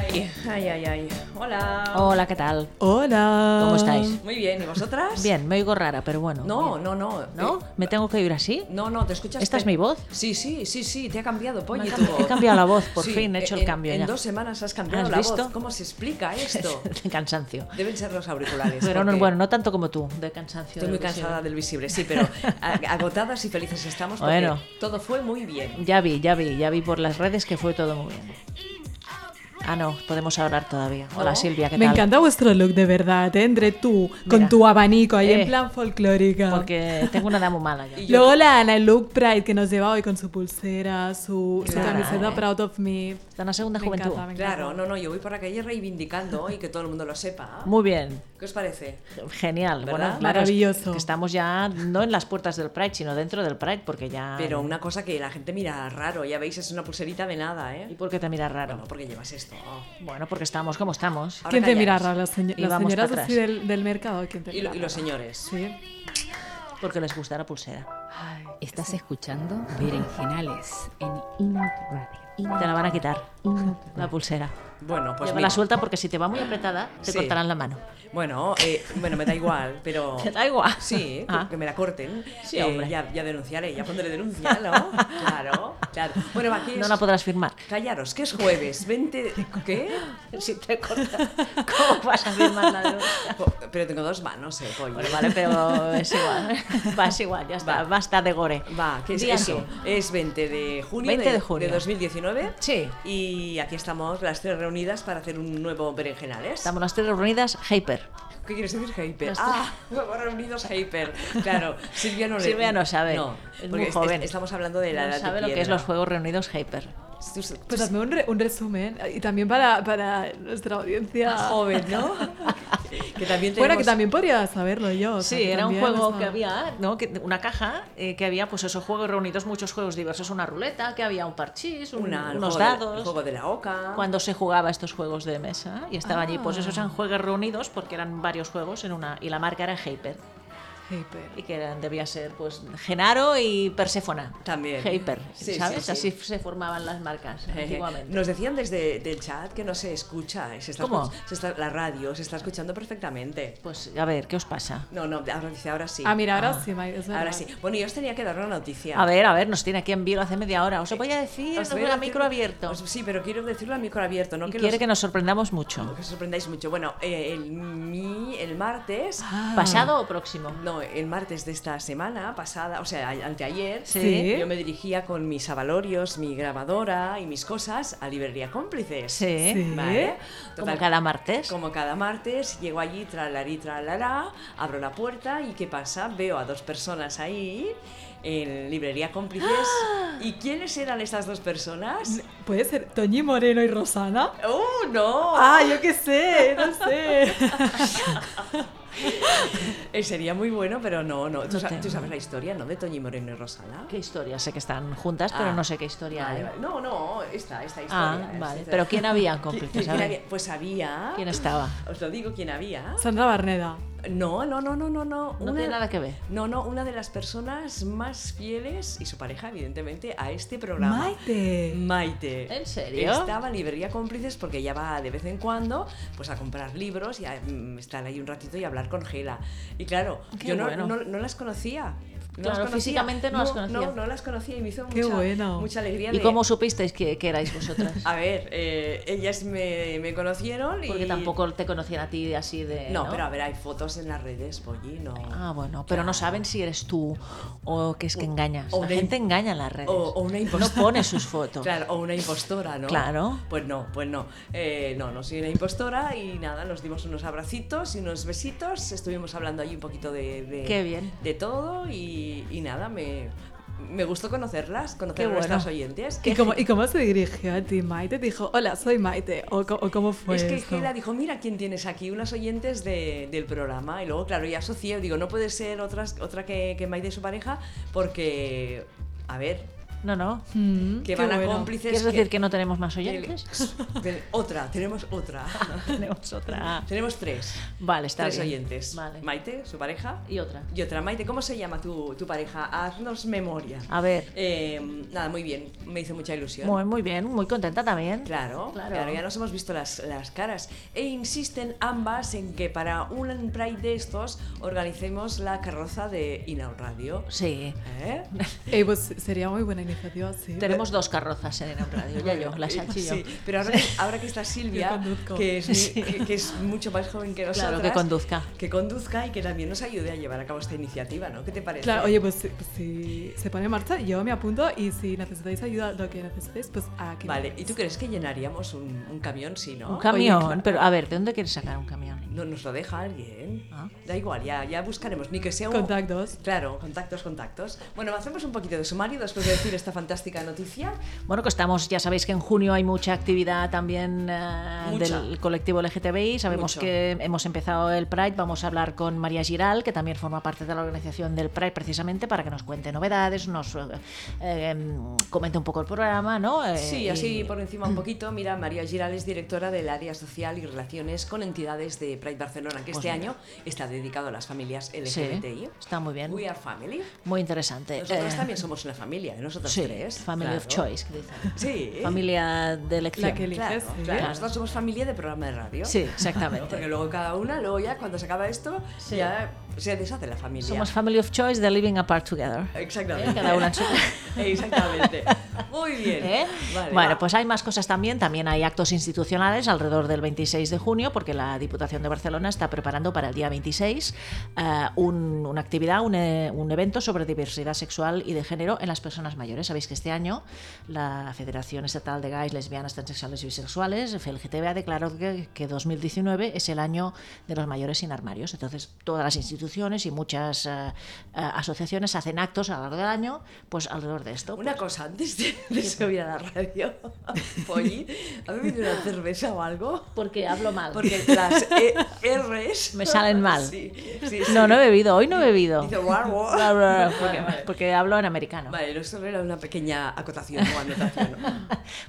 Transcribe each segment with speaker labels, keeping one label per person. Speaker 1: Ay, ay, ay, ay. Hola.
Speaker 2: Hola, ¿qué tal?
Speaker 3: Hola.
Speaker 2: ¿Cómo estáis?
Speaker 1: Muy bien, ¿y vosotras?
Speaker 2: Bien, me oigo rara, pero bueno.
Speaker 1: No,
Speaker 2: bien.
Speaker 1: no, no.
Speaker 2: ¿No?
Speaker 1: Eh,
Speaker 2: ¿Me tengo que ir así?
Speaker 1: No, no, te escuchas.
Speaker 2: ¿Esta
Speaker 1: pe-
Speaker 2: es mi voz?
Speaker 1: Sí, sí, sí, sí, te ha cambiado, Polly.
Speaker 2: Me ha cambi- he cambiado la voz, por
Speaker 1: Sí,
Speaker 2: fin, he hecho el
Speaker 1: en-
Speaker 2: cambio
Speaker 1: En
Speaker 2: ya.
Speaker 1: dos semanas has cambiado
Speaker 2: ¿Has
Speaker 1: la voz.
Speaker 2: visto?
Speaker 1: ¿Cómo se explica esto?
Speaker 2: de cansancio.
Speaker 1: Deben ser los auriculares.
Speaker 2: Pero no,
Speaker 1: porque
Speaker 2: bueno, no tanto como tú, de cansancio.
Speaker 1: Estoy
Speaker 2: del
Speaker 1: muy
Speaker 2: visible.
Speaker 1: cansada del visible, sí, pero a- agotadas y felices estamos porque
Speaker 2: Bueno.
Speaker 1: todo fue muy bien.
Speaker 2: Ya vi, ya vi, ya vi por las redes que fue todo muy bien. Ah, no, podemos hablar todavía. Hola
Speaker 1: No.
Speaker 2: Silvia, ¿qué
Speaker 3: Me
Speaker 2: tal?
Speaker 3: encanta vuestro look de verdad, ¿eh? entre tú,
Speaker 2: Mira.
Speaker 3: con tu abanico ahí
Speaker 2: Eh,
Speaker 3: en plan folclórica.
Speaker 2: Porque tengo una edad muy mala ya.
Speaker 1: Y-
Speaker 3: Luego la Ana Look Pride que nos lleva hoy con su pulsera, su, su
Speaker 2: Claro,
Speaker 3: camiseta
Speaker 2: eh.
Speaker 3: Proud of Me.
Speaker 2: Está en la segunda
Speaker 3: Me
Speaker 2: juventud.
Speaker 3: encanta, me encanta.
Speaker 1: Claro, no, no, yo voy por la calle reivindicando y que todo el mundo lo sepa.
Speaker 2: Muy bien.
Speaker 1: ¿Qué os parece?
Speaker 2: Genial,
Speaker 1: ¿Verdad?
Speaker 2: bueno, claro, es
Speaker 3: Maravilloso.
Speaker 2: que estamos ya no en las puertas del Pride, sino dentro del Pride, porque ya.
Speaker 1: Pero una cosa que la gente mira raro, ya veis, es una pulserita de nada, ¿eh?
Speaker 2: ¿Y por qué te miras raro?
Speaker 1: Bueno, porque llevas esto.
Speaker 2: Bueno, porque estamos como estamos.
Speaker 1: Ahora
Speaker 3: ¿Quién te
Speaker 1: callaros.
Speaker 3: mira raro? Las, señ-
Speaker 2: Y
Speaker 3: las
Speaker 2: vamos
Speaker 3: señoras
Speaker 2: para
Speaker 3: así
Speaker 2: atrás.
Speaker 3: del, del mercado. ¿quién te
Speaker 1: Y,
Speaker 3: mira
Speaker 1: lo- y los
Speaker 3: raro?
Speaker 1: señores.
Speaker 3: Sí.
Speaker 2: Porque les gusta la pulsera.
Speaker 3: Ay,
Speaker 4: Estás escuchando Berenjenales en Inut Radio. Inut-
Speaker 2: Te la van a quitar,
Speaker 4: Inut Radio.
Speaker 2: la pulsera.
Speaker 1: Bueno, pues
Speaker 2: Lleva
Speaker 1: mira.
Speaker 2: la suelta porque si te va muy apretada, te
Speaker 1: Sí.
Speaker 2: cortarán la mano.
Speaker 1: Bueno, eh, bueno, me da igual, pero.
Speaker 2: Te da igual.
Speaker 1: Sí,
Speaker 2: Ah.
Speaker 1: que me la corten.
Speaker 2: Sí,
Speaker 1: Eh,
Speaker 2: hombre.
Speaker 1: ya, ya denunciaré, ya pondré denuncia, ¿no? claro, claro. Bueno, va, ¿qué
Speaker 2: No
Speaker 1: es?
Speaker 2: la podrás firmar.
Speaker 1: Callaros, que es jueves, 20. de- ¿Qué?
Speaker 2: Si te cortas, ¿cómo vas a firmar la
Speaker 1: Po- Oh, Pero tengo dos manos, eh, pollo.
Speaker 2: Bueno, vale, pero es igual. Va, es igual, ya está.
Speaker 1: Va.
Speaker 2: Basta de gore.
Speaker 1: Va, ¿qué es
Speaker 2: Di
Speaker 1: eso?
Speaker 2: así.
Speaker 1: Es 20 de junio,
Speaker 2: 20 de junio.
Speaker 1: 2019.
Speaker 2: Sí.
Speaker 1: Y aquí estamos las tres reunidas para hacer un nuevo berenjenales.
Speaker 2: Estamos las tres reunidas, Hyper.
Speaker 1: ¿Qué quieres decir, Hyper?
Speaker 2: Las
Speaker 1: Ah, nuevos reunidos, Hyper. Claro, Silvia no le
Speaker 2: Silvia no sabe,
Speaker 1: No,
Speaker 2: es muy
Speaker 1: porque
Speaker 2: joven.
Speaker 1: estamos hablando de la
Speaker 2: No
Speaker 1: edad de
Speaker 2: sabe lo que
Speaker 1: piedra.
Speaker 2: es los Juegos Reunidos Hyper.
Speaker 1: Tú- tú-
Speaker 3: Pues hazme un, re- un resumen. Y también para, para nuestra audiencia
Speaker 1: joven, ¿no?
Speaker 2: Pues,
Speaker 1: que también
Speaker 3: Bueno, que
Speaker 1: tenemos-
Speaker 3: también podría saberlo yo. o sea,
Speaker 2: Sí,
Speaker 3: que
Speaker 2: era un
Speaker 3: también
Speaker 2: juego
Speaker 3: está-
Speaker 2: que había, ¿no? Que, una caja eh, que había, pues esos juegos reunidos, muchos juegos diversos, una ruleta, que había un parchís, un-
Speaker 1: Una, el
Speaker 2: unos
Speaker 1: juego de la- el
Speaker 2: dados.
Speaker 1: juego de la oca.
Speaker 2: cuando se jugaba estos juegos de mesa y estaba allí, pues
Speaker 1: Ah.
Speaker 2: esos eran juegos reunidos porque eran varios juegos en una y la marca era Hyper
Speaker 3: Hyper.
Speaker 2: y que eran- debía ser pues Genaro y Persefona.
Speaker 1: También.
Speaker 2: Hyper,
Speaker 1: Sí,
Speaker 2: ¿sabes?
Speaker 1: sí, sí.
Speaker 2: Así se formaban las marcas
Speaker 1: Eh,
Speaker 2: antiguamente.
Speaker 1: Nos decían desde el chat que no se escucha, eh, se está
Speaker 2: ¿Cómo?
Speaker 1: escuch- se está- la radio se está escuchando perfectamente.
Speaker 2: Pues a ver, ¿qué os pasa?
Speaker 1: No, no, ahora dice, ahora sí.
Speaker 3: Ah, mira, ahora
Speaker 2: Ah.
Speaker 3: sí, May, es
Speaker 1: ahora
Speaker 3: verdad.
Speaker 1: sí. Bueno, yo os tenía que dar una noticia.
Speaker 2: A ver, a ver, nos tiene aquí en vivo hace media hora. Os lo voy a decir,
Speaker 1: Os
Speaker 2: os
Speaker 1: voy a
Speaker 2: a
Speaker 1: decir-
Speaker 2: micro abierto.
Speaker 1: os- sí, pero quiero decirlo a micro abierto, no
Speaker 2: Y
Speaker 1: que
Speaker 2: quiere
Speaker 1: los-
Speaker 2: que nos sorprendamos mucho.
Speaker 1: que os sorprendáis mucho. Bueno, eh, el, mi- el martes,
Speaker 3: Ah.
Speaker 2: ¿Pasado o próximo?
Speaker 1: no, el martes de esta semana pasada, o sea, a- anteayer,
Speaker 2: Sí.
Speaker 1: yo me dirigía con mis avalorios, mi grabadora y mis cosas a Librería Cómplices.
Speaker 2: Sí.
Speaker 3: Sí.
Speaker 1: Vale.
Speaker 2: Como
Speaker 1: Total,
Speaker 2: cada martes.
Speaker 1: Como cada martes, llego allí, tralarí, tralará, abro la puerta y ¿qué pasa? Veo a dos personas ahí en librería cómplices. ¿Y quiénes eran estas dos personas?
Speaker 3: ¿Puede ser Toñi Moreno y Rosana?
Speaker 1: ¡Oh, no!
Speaker 3: Ah, yo qué sé, no sé.
Speaker 1: Eh, sería muy bueno, pero no, no. Tú,
Speaker 2: No
Speaker 1: sa-
Speaker 2: tengo.
Speaker 1: tú sabes la historia, ¿no? De Toñi Moreno y Rosana.
Speaker 2: ¿Qué historia? Sé que están juntas, pero
Speaker 1: Ah,
Speaker 2: no sé qué historia
Speaker 1: Vale,
Speaker 2: hay.
Speaker 1: vale. No, no, esta, esta historia.
Speaker 2: Ah,
Speaker 1: es-
Speaker 2: vale.
Speaker 1: esta-
Speaker 2: Pero ¿quién había en
Speaker 1: ¿Qui-
Speaker 2: cómplices?
Speaker 1: quién
Speaker 2: A ver,
Speaker 1: había? Pues había.
Speaker 2: ¿Quién estaba?
Speaker 1: Os lo digo, ¿quién había?
Speaker 3: Sandra Barneda.
Speaker 1: No, no, no, no, no, no.
Speaker 2: No tiene nada que ver.
Speaker 1: No, no, una de las personas más fieles y su pareja, evidentemente, a este programa.
Speaker 3: Maite.
Speaker 1: Maite.
Speaker 2: ¿En serio?
Speaker 1: Estaba en librería cómplices porque ya va de vez en cuando pues a comprar libros y a mm, estar ahí un ratito y hablar con Gela. Y claro,
Speaker 2: Qué
Speaker 1: yo no,
Speaker 2: bueno.
Speaker 1: no- no las conocía. No
Speaker 2: Claro, físicamente no las conocía.
Speaker 1: No, no las conocía y me hizo
Speaker 3: Qué
Speaker 1: mucha,
Speaker 3: bueno.
Speaker 1: mucha alegría.
Speaker 2: ¿Y
Speaker 1: de-
Speaker 2: cómo supisteis que, que erais vosotras?
Speaker 1: A ver, eh, ellas me, me conocieron y...
Speaker 2: Porque tampoco te conocían a ti así de.
Speaker 1: No, pero a ver, hay fotos en las redes, Polly, no...
Speaker 2: Ah, bueno, pero no saben si eres tú o que es que engañas.
Speaker 1: o
Speaker 2: La
Speaker 1: una
Speaker 2: gente
Speaker 1: im-
Speaker 2: engaña en las redes.
Speaker 1: O, o una
Speaker 2: no
Speaker 1: impostora.
Speaker 2: pone sus fotos.
Speaker 1: Claro, o una impostora, ¿no?
Speaker 2: Claro.
Speaker 1: Pues no, pues no. Eh, no, no soy una impostora y nada, nos dimos unos abracitos y unos besitos. Estuvimos hablando allí un poquito de, de,
Speaker 2: Qué bien.
Speaker 1: de todo y, y nada, me, me gustó conocerlas, conocer
Speaker 2: Qué
Speaker 1: a nuestras
Speaker 2: bueno.
Speaker 1: oyentes.
Speaker 3: ¿Y cómo, ¿Y cómo se dirigió a ti Maite? Dijo, hola, soy Maite. ¿O, co- o cómo fue
Speaker 1: es que
Speaker 3: esto?
Speaker 1: Gela dijo, mira quién tienes aquí, unas oyentes de- del programa. Y luego, claro, ya asocié, digo, no puede ser otras, otra que, que Maite y su pareja, porque, a ver,
Speaker 2: No, no.
Speaker 3: Mm,
Speaker 1: que
Speaker 3: qué
Speaker 1: van a
Speaker 3: bueno.
Speaker 1: cómplices.
Speaker 2: ¿Quieres
Speaker 1: que-
Speaker 2: decir que no tenemos más
Speaker 1: que-
Speaker 2: oyentes?
Speaker 1: que- otra, tenemos otra.
Speaker 2: tenemos otra.
Speaker 1: tenemos tres.
Speaker 2: Vale, Ah. está
Speaker 1: tres
Speaker 2: bien.
Speaker 1: oyentes.
Speaker 2: Vale.
Speaker 1: Maite, su pareja.
Speaker 2: Y otra.
Speaker 1: Y otra, Maite, ¿cómo se llama tu, tu pareja? Haznos memoria.
Speaker 2: A ver.
Speaker 1: Eh, nada, muy bien, me hizo mucha ilusión.
Speaker 2: Ah. Muy, muy bien, muy contenta también.
Speaker 1: Claro,
Speaker 2: Claro.
Speaker 1: claro, ya nos hemos visto las, las caras. E insisten ambas en que para un Pride de estos organicemos la carroza de Inaud Radio.
Speaker 2: Sí.
Speaker 1: ¿Eh?
Speaker 3: Eh, pues sería muy buena iniciativa, sí.
Speaker 2: Tenemos dos carrozas en el radio, ya yo, la Sachi y yo.
Speaker 1: Sí, pero ahora, ahora que está Silvia,
Speaker 3: conduzco.
Speaker 1: que es, mi- que- que es mucho más joven que nosotros,
Speaker 2: Claro, que conduzca.
Speaker 1: que conduzca y que también nos ayude a llevar a cabo esta iniciativa, ¿no? ¿Qué te parece?
Speaker 3: Claro, oye, pues si, pues si se pone en marcha, yo me apunto y si necesitáis ayuda, lo que necesitéis, pues aquí.
Speaker 1: Vale, ¿y tú crees que llenaríamos un, un camión si no?
Speaker 2: Un camión,
Speaker 3: claro.
Speaker 2: pero a ver, ¿de dónde quieres sacar un camión?
Speaker 1: No nos lo deja alguien.
Speaker 2: Ah.
Speaker 1: Da igual, ya, ya buscaremos. Ni que sea un.
Speaker 3: Contactos.
Speaker 1: Claro, contactos, contactos. Bueno, hacemos un poquito de sumario después de decir esta fantástica noticia.
Speaker 2: Bueno, que estamos, ya sabéis que en junio hay mucha actividad también eh,
Speaker 1: Mucha.
Speaker 2: del colectivo LGTBI. Sabemos
Speaker 1: Mucho.
Speaker 2: que hemos empezado el Pride, vamos a hablar con María Giral, que también forma parte de la organización del Pride, precisamente para que nos cuente novedades, nos eh, eh, comente un poco el programa, ¿no? Eh,
Speaker 1: Sí,
Speaker 2: y-
Speaker 1: así por encima un poquito. Mira, María Giral es directora del área social y relaciones con entidades de Pride Barcelona, que
Speaker 2: Pues
Speaker 1: este
Speaker 2: mira.
Speaker 1: año está dedicado a las familias
Speaker 2: Sí,
Speaker 1: LGBTI.
Speaker 2: está muy bien,
Speaker 1: We are family.
Speaker 2: muy interesante.
Speaker 1: Nosotros
Speaker 2: Eh,
Speaker 1: también somos una familia, ¿eh? nosotros
Speaker 2: sí,
Speaker 1: tres.
Speaker 2: Family of
Speaker 1: claro.
Speaker 2: Choice, que dicen.
Speaker 1: Sí.
Speaker 2: Familia de elección.
Speaker 3: La que eliges.
Speaker 1: Claro,
Speaker 3: sí.
Speaker 1: claro. Nosotros somos familia de programa de radio.
Speaker 2: Sí, exactamente.
Speaker 1: Porque luego cada una, luego ya cuando se acaba esto,
Speaker 2: Sí.
Speaker 1: ya se deshace la familia.
Speaker 2: Somos family of choice, they're living apart together.
Speaker 1: Exactamente.
Speaker 2: ¿Eh? Cada una en su-
Speaker 1: Exactamente. Muy bien.
Speaker 2: ¿Eh?
Speaker 1: Vale,
Speaker 2: bueno,
Speaker 1: va.
Speaker 2: pues hay más cosas también. También hay actos institucionales alrededor del 26 de junio, porque la Diputación de Barcelona está preparando para el día 26 eh, un- una actividad, un, eh, un evento sobre diversidad sexual y de género en las personas mayores. Sabéis que este año la Federación Estatal de Gays, Lesbianas, Transexuales y Bisexuales, FLGTB, ha declarado que, que 2019 es el año de los mayores sin armarios. Entonces, todas las instituciones y muchas eh, eh, asociaciones hacen actos a lo largo del año pues alrededor de esto.
Speaker 1: Una cosa, antes de, de subir a la radio, Polly, ¿ha bebido una cerveza o algo?
Speaker 2: Porque hablo mal.
Speaker 1: Porque las e- R's...
Speaker 2: Me salen mal.
Speaker 1: Sí, sí, sí.
Speaker 2: No, no he bebido, hoy no he bebido.
Speaker 1: Dice, "Guau, guau".
Speaker 2: Bla, bla, bla,
Speaker 1: Vale,
Speaker 2: porque,
Speaker 1: vale.
Speaker 2: porque hablo en americano.
Speaker 1: Vale, no, esto era una pequeña acotación o anotación.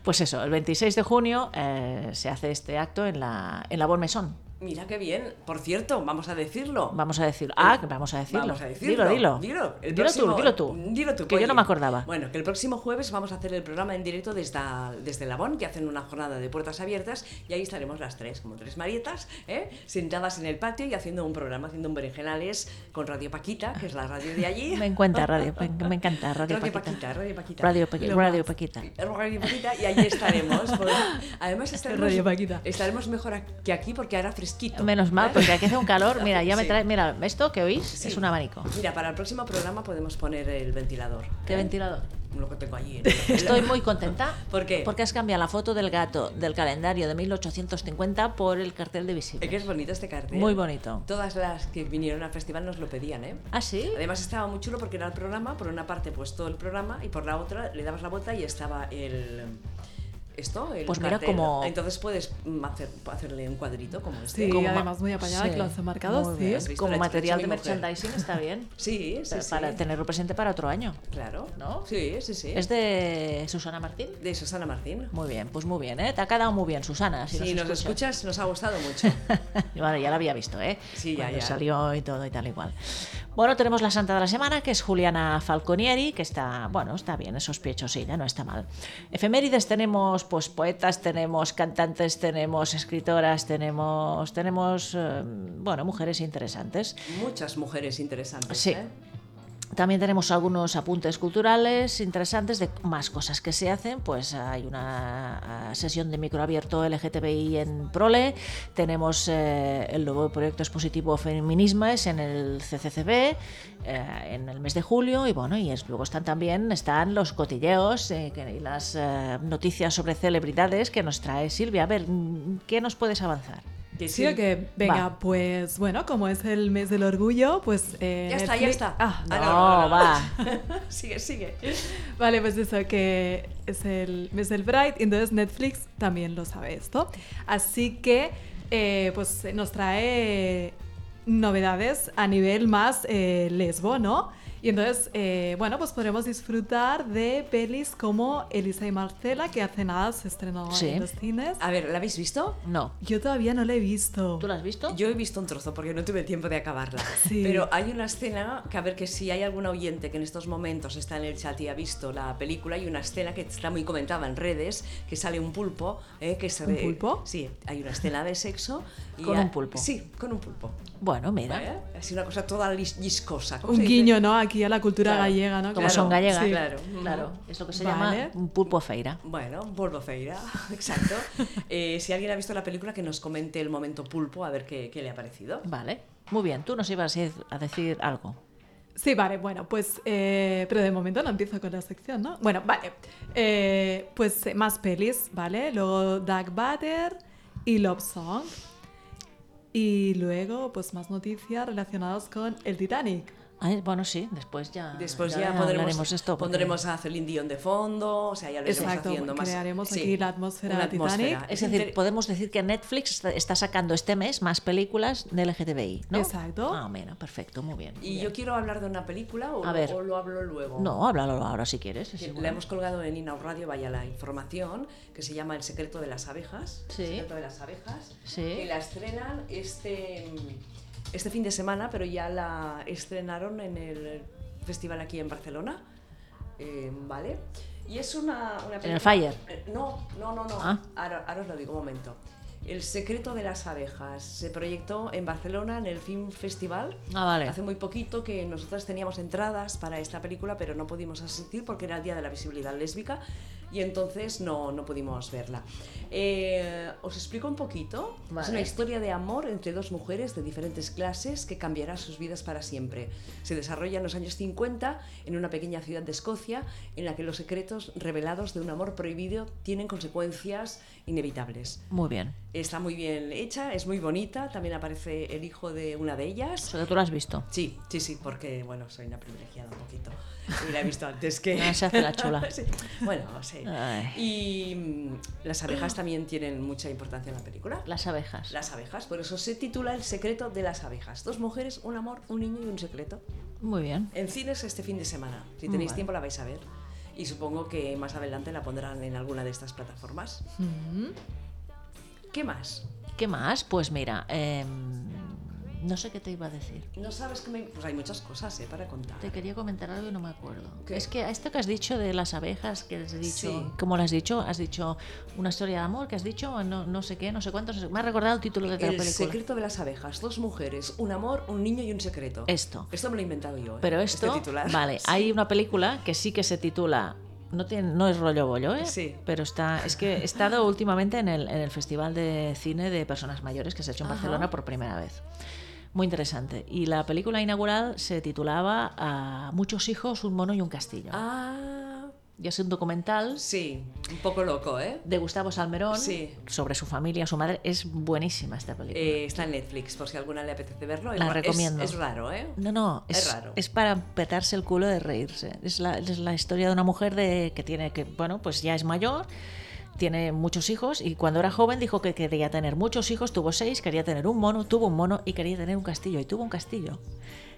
Speaker 2: Pues eso, el 26 de junio eh, se hace este acto en la, en la Bon Maison.
Speaker 1: Mira qué bien. Por cierto, vamos a decirlo.
Speaker 2: Vamos a decirlo. Ah, que vamos a decirlo.
Speaker 1: Vamos a decirlo.
Speaker 2: Dilo, dilo.
Speaker 1: Dilo, el
Speaker 2: Dilo
Speaker 1: próximo-
Speaker 2: tú, dilo tú.
Speaker 1: Dilo tú,
Speaker 2: Que yo
Speaker 1: Polly.
Speaker 2: no me acordaba.
Speaker 1: Bueno, que el próximo jueves vamos a hacer el programa en directo desde, desde Labón, que hacen una jornada de puertas abiertas, y ahí estaremos las tres, como tres marietas, ¿eh? sentadas en el patio y haciendo un programa, haciendo un berenjenales con Radio Paquita, que es la radio de allí.
Speaker 2: Me encanta Radio, me, me encanta Radio
Speaker 1: Radio
Speaker 2: Paquita.
Speaker 1: Paquita, Radio Paquita.
Speaker 2: Radio, Paqui-
Speaker 3: Lo
Speaker 2: Radio
Speaker 3: más.
Speaker 2: Paquita.
Speaker 1: Radio Paquita, y ahí estaremos. porque Además estaremos,
Speaker 3: Radio Paquita.
Speaker 1: estaremos mejor aquí- que aquí porque hará fresquito.
Speaker 2: Menos mal, porque aquí hace un calor. Mira, ya me
Speaker 1: Sí.
Speaker 2: trae. Mira, esto que oís
Speaker 1: Sí.
Speaker 2: es un abanico.
Speaker 1: Mira, para el próximo programa podemos poner el ventilador.
Speaker 2: ¿Qué
Speaker 1: ¿eh?
Speaker 2: ventilador?
Speaker 1: Lo que tengo allí. ¿no?
Speaker 2: Estoy muy contenta.
Speaker 1: ¿Por qué?
Speaker 2: Porque has cambiado la foto del gato del calendario de 1850 por el cartel de visita.
Speaker 1: Es que es bonito este cartel.
Speaker 2: Muy bonito.
Speaker 1: Todas las que vinieron al festival nos lo pedían, ¿eh?
Speaker 2: ¿Ah, sí?
Speaker 1: Además estaba muy chulo porque era el programa, por una parte pues todo el programa y por la otra le dabas la vuelta y estaba el... Esto, el
Speaker 2: Pues mira,
Speaker 1: cartel.
Speaker 2: como-
Speaker 1: Entonces puedes mm, hacer- hacerle un cuadrito como este.
Speaker 3: Sí,
Speaker 2: Como ma-
Speaker 3: además muy apañada
Speaker 2: Sí,
Speaker 3: que lo has marcado,
Speaker 2: muy
Speaker 3: sí.
Speaker 2: bien.
Speaker 1: ¿Has visto
Speaker 2: Como
Speaker 1: la
Speaker 2: material de
Speaker 1: expresión de mi mujer?
Speaker 2: merchandising está bien.
Speaker 1: Sí, sí,
Speaker 2: Pa-
Speaker 1: sí.
Speaker 2: Para tenerlo presente para otro año.
Speaker 1: Claro.
Speaker 2: ¿No?
Speaker 1: Sí, sí, sí.
Speaker 2: ¿Es de Susana Martín?
Speaker 1: de Susana Martín.
Speaker 2: Muy bien, pues muy bien, ¿eh? Te ha quedado muy bien, Susana. Si
Speaker 1: Si nos,
Speaker 2: escuchas.
Speaker 1: escuchas, nos ha gustado mucho.
Speaker 2: bueno, ya la había visto, ¿eh?
Speaker 1: Sí, ya,
Speaker 2: Cuando
Speaker 1: ya.
Speaker 2: salió y todo y tal igual. Bueno, tenemos la santa de la semana, que es Juliana Falconieri, que está, bueno, está bien, es sospechosilla, no está mal. Efemérides tenemos, pues, poetas, tenemos cantantes, tenemos escritoras, tenemos, tenemos, eh, bueno, mujeres interesantes.
Speaker 1: Muchas mujeres interesantes.
Speaker 2: Sí.
Speaker 1: ¿eh?
Speaker 2: También tenemos algunos apuntes culturales interesantes de más cosas que se hacen. Pues hay una ah, sesión de microabierto LGTBI en Prole. Tenemos eh, el nuevo proyecto expositivo Feminismes en el CCCB eh, en el mes de julio. Y bueno, y es- luego están también están los cotilleos eh, que- y las eh, noticias sobre celebridades que nos trae Silvia. A ver, mm, ¿qué nos puedes avanzar?
Speaker 1: Que
Speaker 3: Sí, o que venga,
Speaker 2: Va.
Speaker 3: pues bueno, como es el mes del orgullo, pues. eh,
Speaker 1: Ya está, ya
Speaker 3: Netflix-
Speaker 1: está.
Speaker 3: Ah,
Speaker 1: Ah,
Speaker 2: no, va.
Speaker 1: sigue, sigue.
Speaker 3: Vale, pues eso, que es el mes del Pride, entonces Netflix también lo sabe esto. Así que, eh, pues nos trae novedades a nivel más eh, lesbo, ¿no? Y entonces, eh, bueno, pues podremos disfrutar de pelis como Elisa y Marcela, que hace nada se estrenó
Speaker 2: Sí.
Speaker 3: en los cines.
Speaker 1: A ver, ¿la habéis visto?
Speaker 2: No.
Speaker 3: Yo todavía no la he visto.
Speaker 2: ¿Tú lo has visto?
Speaker 1: Yo he visto un trozo porque no tuve tiempo de acabarla.
Speaker 3: Sí.
Speaker 1: Pero hay una escena que a ver que si hay algún oyente que en estos momentos está en el chat y ha visto la película, hay una escena que está muy comentada en redes, que sale un pulpo, eh, que se
Speaker 3: ¿Un
Speaker 1: ve-
Speaker 3: pulpo?
Speaker 1: Sí, hay una escena de sexo
Speaker 2: Con
Speaker 1: a-
Speaker 2: un pulpo.
Speaker 1: Sí, con un pulpo.
Speaker 2: Bueno, mira.
Speaker 1: ¿eh? Así una cosa toda lis- lliscosa. ¿cómo
Speaker 3: Un
Speaker 1: se dice?
Speaker 3: guiño, ¿no? Aquí a la cultura
Speaker 1: Claro.
Speaker 3: gallega, ¿no?
Speaker 2: Como son gallegas.
Speaker 3: Sí.
Speaker 1: claro.
Speaker 2: Claro, es lo que se
Speaker 3: Vale.
Speaker 2: llama un pulpo a feira.
Speaker 1: Bueno, Volvo Feira, exacto. Eh, si alguien ha visto la película, que nos comente el momento pulpo, a ver qué, qué le ha parecido.
Speaker 3: Ah,
Speaker 2: Vale. Muy bien, tú nos ibas a ir- a decir algo.
Speaker 3: Sí, vale, bueno, pues, eh, pero de momento no empiezo con la sección, ¿no? Bueno, vale, Eh, pues eh, más pelis, ¿vale? Luego Dark Butter y Love Song. Y luego, pues más noticias relacionadas con el Titanic.
Speaker 2: Ay, Ah, bueno, sí, después ya.
Speaker 1: Después ya, pondremos,
Speaker 2: hablaremos esto. porque-
Speaker 1: pondremos a Celine Dion de fondo, o sea, ya lo iremos
Speaker 3: Exacto,
Speaker 1: haciendo más.
Speaker 3: crearemos aquí la atmósfera
Speaker 1: una
Speaker 3: Titanic.
Speaker 2: Es
Speaker 1: inter-
Speaker 2: decir, podemos decir que Netflix está- está sacando este mes más películas de LGTBI, ¿no?
Speaker 3: Exacto.
Speaker 2: Ah, bueno, perfecto, muy bien.
Speaker 1: y
Speaker 2: bien.
Speaker 1: yo quiero hablar de una película o,
Speaker 2: A ver.
Speaker 1: o lo hablo luego.
Speaker 2: No, háblalo ahora si quieres. es
Speaker 1: Que
Speaker 2: igual.
Speaker 1: La hemos colgado en Inaud Radio, vaya la información, que se llama El secreto de las abejas.
Speaker 2: Sí.
Speaker 1: El secreto de las abejas.
Speaker 2: Sí.
Speaker 1: Que la estrenan este, este fin de semana, pero ya la estrenaron en el festival aquí en Barcelona. Eh, ¿Vale? Y es una, una
Speaker 2: ¿En el Fire?
Speaker 1: Eh, No, no, no, no.
Speaker 2: Ah.
Speaker 1: Ahora, ahora os lo digo un momento. El secreto de las abejas se proyectó en Barcelona en el Film Festival
Speaker 2: Ah, vale.
Speaker 1: hace muy poquito que nosotras teníamos entradas para esta película, pero no pudimos asistir porque era el Día de la Visibilidad Lésbica y entonces no, no pudimos verla. Eh, Os explico un poquito. Es
Speaker 2: Vale.
Speaker 1: una historia de amor entre dos mujeres de diferentes clases que cambiará sus vidas para siempre. Se desarrolla en los años 50 en una pequeña ciudad de Escocia en la que los secretos revelados de un amor prohibido tienen consecuencias inevitables.
Speaker 2: Muy bien.
Speaker 1: Está muy bien hecha, es muy bonita, también aparece el hijo de una de ellas.
Speaker 2: Eso que tú lo has visto.
Speaker 1: Sí, sí, sí, porque bueno, soy una privilegiada un poquito. Y la he visto antes que.
Speaker 2: Ah, se hace la chula.
Speaker 1: Sí. Bueno, sí.
Speaker 2: Ay.
Speaker 1: Y mm, las abejas también tienen mucha importancia en la película.
Speaker 2: Las abejas.
Speaker 1: Las abejas, por eso se titula El secreto de las abejas. Dos mujeres, un amor, un niño y un secreto.
Speaker 2: Muy bien.
Speaker 1: En cines este fin de semana. Si
Speaker 2: Mm,
Speaker 1: tenéis tiempo la vais a ver. Y supongo que más adelante la pondrán en alguna de estas plataformas. ¿Qué más?
Speaker 2: ¿Qué más? Pues mira, em, no sé qué te iba a decir.
Speaker 1: No sabes que me... Pues hay muchas cosas eh, para contar.
Speaker 2: Te quería comentar algo y no me acuerdo.
Speaker 1: ¿Qué?
Speaker 2: Es que a esto que has dicho de las abejas, que has dicho,
Speaker 1: Sí.
Speaker 2: ¿cómo lo has dicho? Has dicho una historia de amor, que has dicho no, no sé qué, no sé cuánto. no sé- Me ha recordado el título de la
Speaker 1: El
Speaker 2: película.
Speaker 1: secreto de las abejas, dos mujeres, un amor, un niño y un secreto.
Speaker 2: Esto.
Speaker 1: Esto me lo he inventado yo. ¿eh?
Speaker 2: Pero
Speaker 1: Este
Speaker 2: esto,
Speaker 1: titular.
Speaker 2: vale, hay una película que sí que se titula no, tiene, no es rollo bollo, ¿eh?
Speaker 1: Sí.
Speaker 2: Pero está, es que he estado últimamente en el, en el Festival de Cine de Personas Mayores que se ha hecho en Barcelona por primera vez. Muy interesante. Y la película inaugural se titulaba A Muchos hijos, un mono y un castillo.
Speaker 1: Ah,
Speaker 2: Y es un documental
Speaker 1: sí, un poco loco, ¿eh?
Speaker 2: de Gustavo Salmerón
Speaker 1: Sí.
Speaker 2: sobre su familia, su madre. Es buenísima esta película.
Speaker 1: Eh, está en Netflix, por si alguna le apetece verlo.
Speaker 2: La
Speaker 1: Igual- es-
Speaker 2: recomiendo.
Speaker 1: Es, raro, ¿eh?
Speaker 2: No, no,
Speaker 1: Es
Speaker 2: es,
Speaker 1: raro.
Speaker 2: es para petarse el culo de reírse. Es la, es la historia de una mujer de, que tiene que, bueno, pues ya es mayor, tiene muchos hijos y cuando era joven dijo que quería tener muchos hijos, tuvo seis, quería tener un mono, tuvo un mono y quería tener un castillo y tuvo un castillo.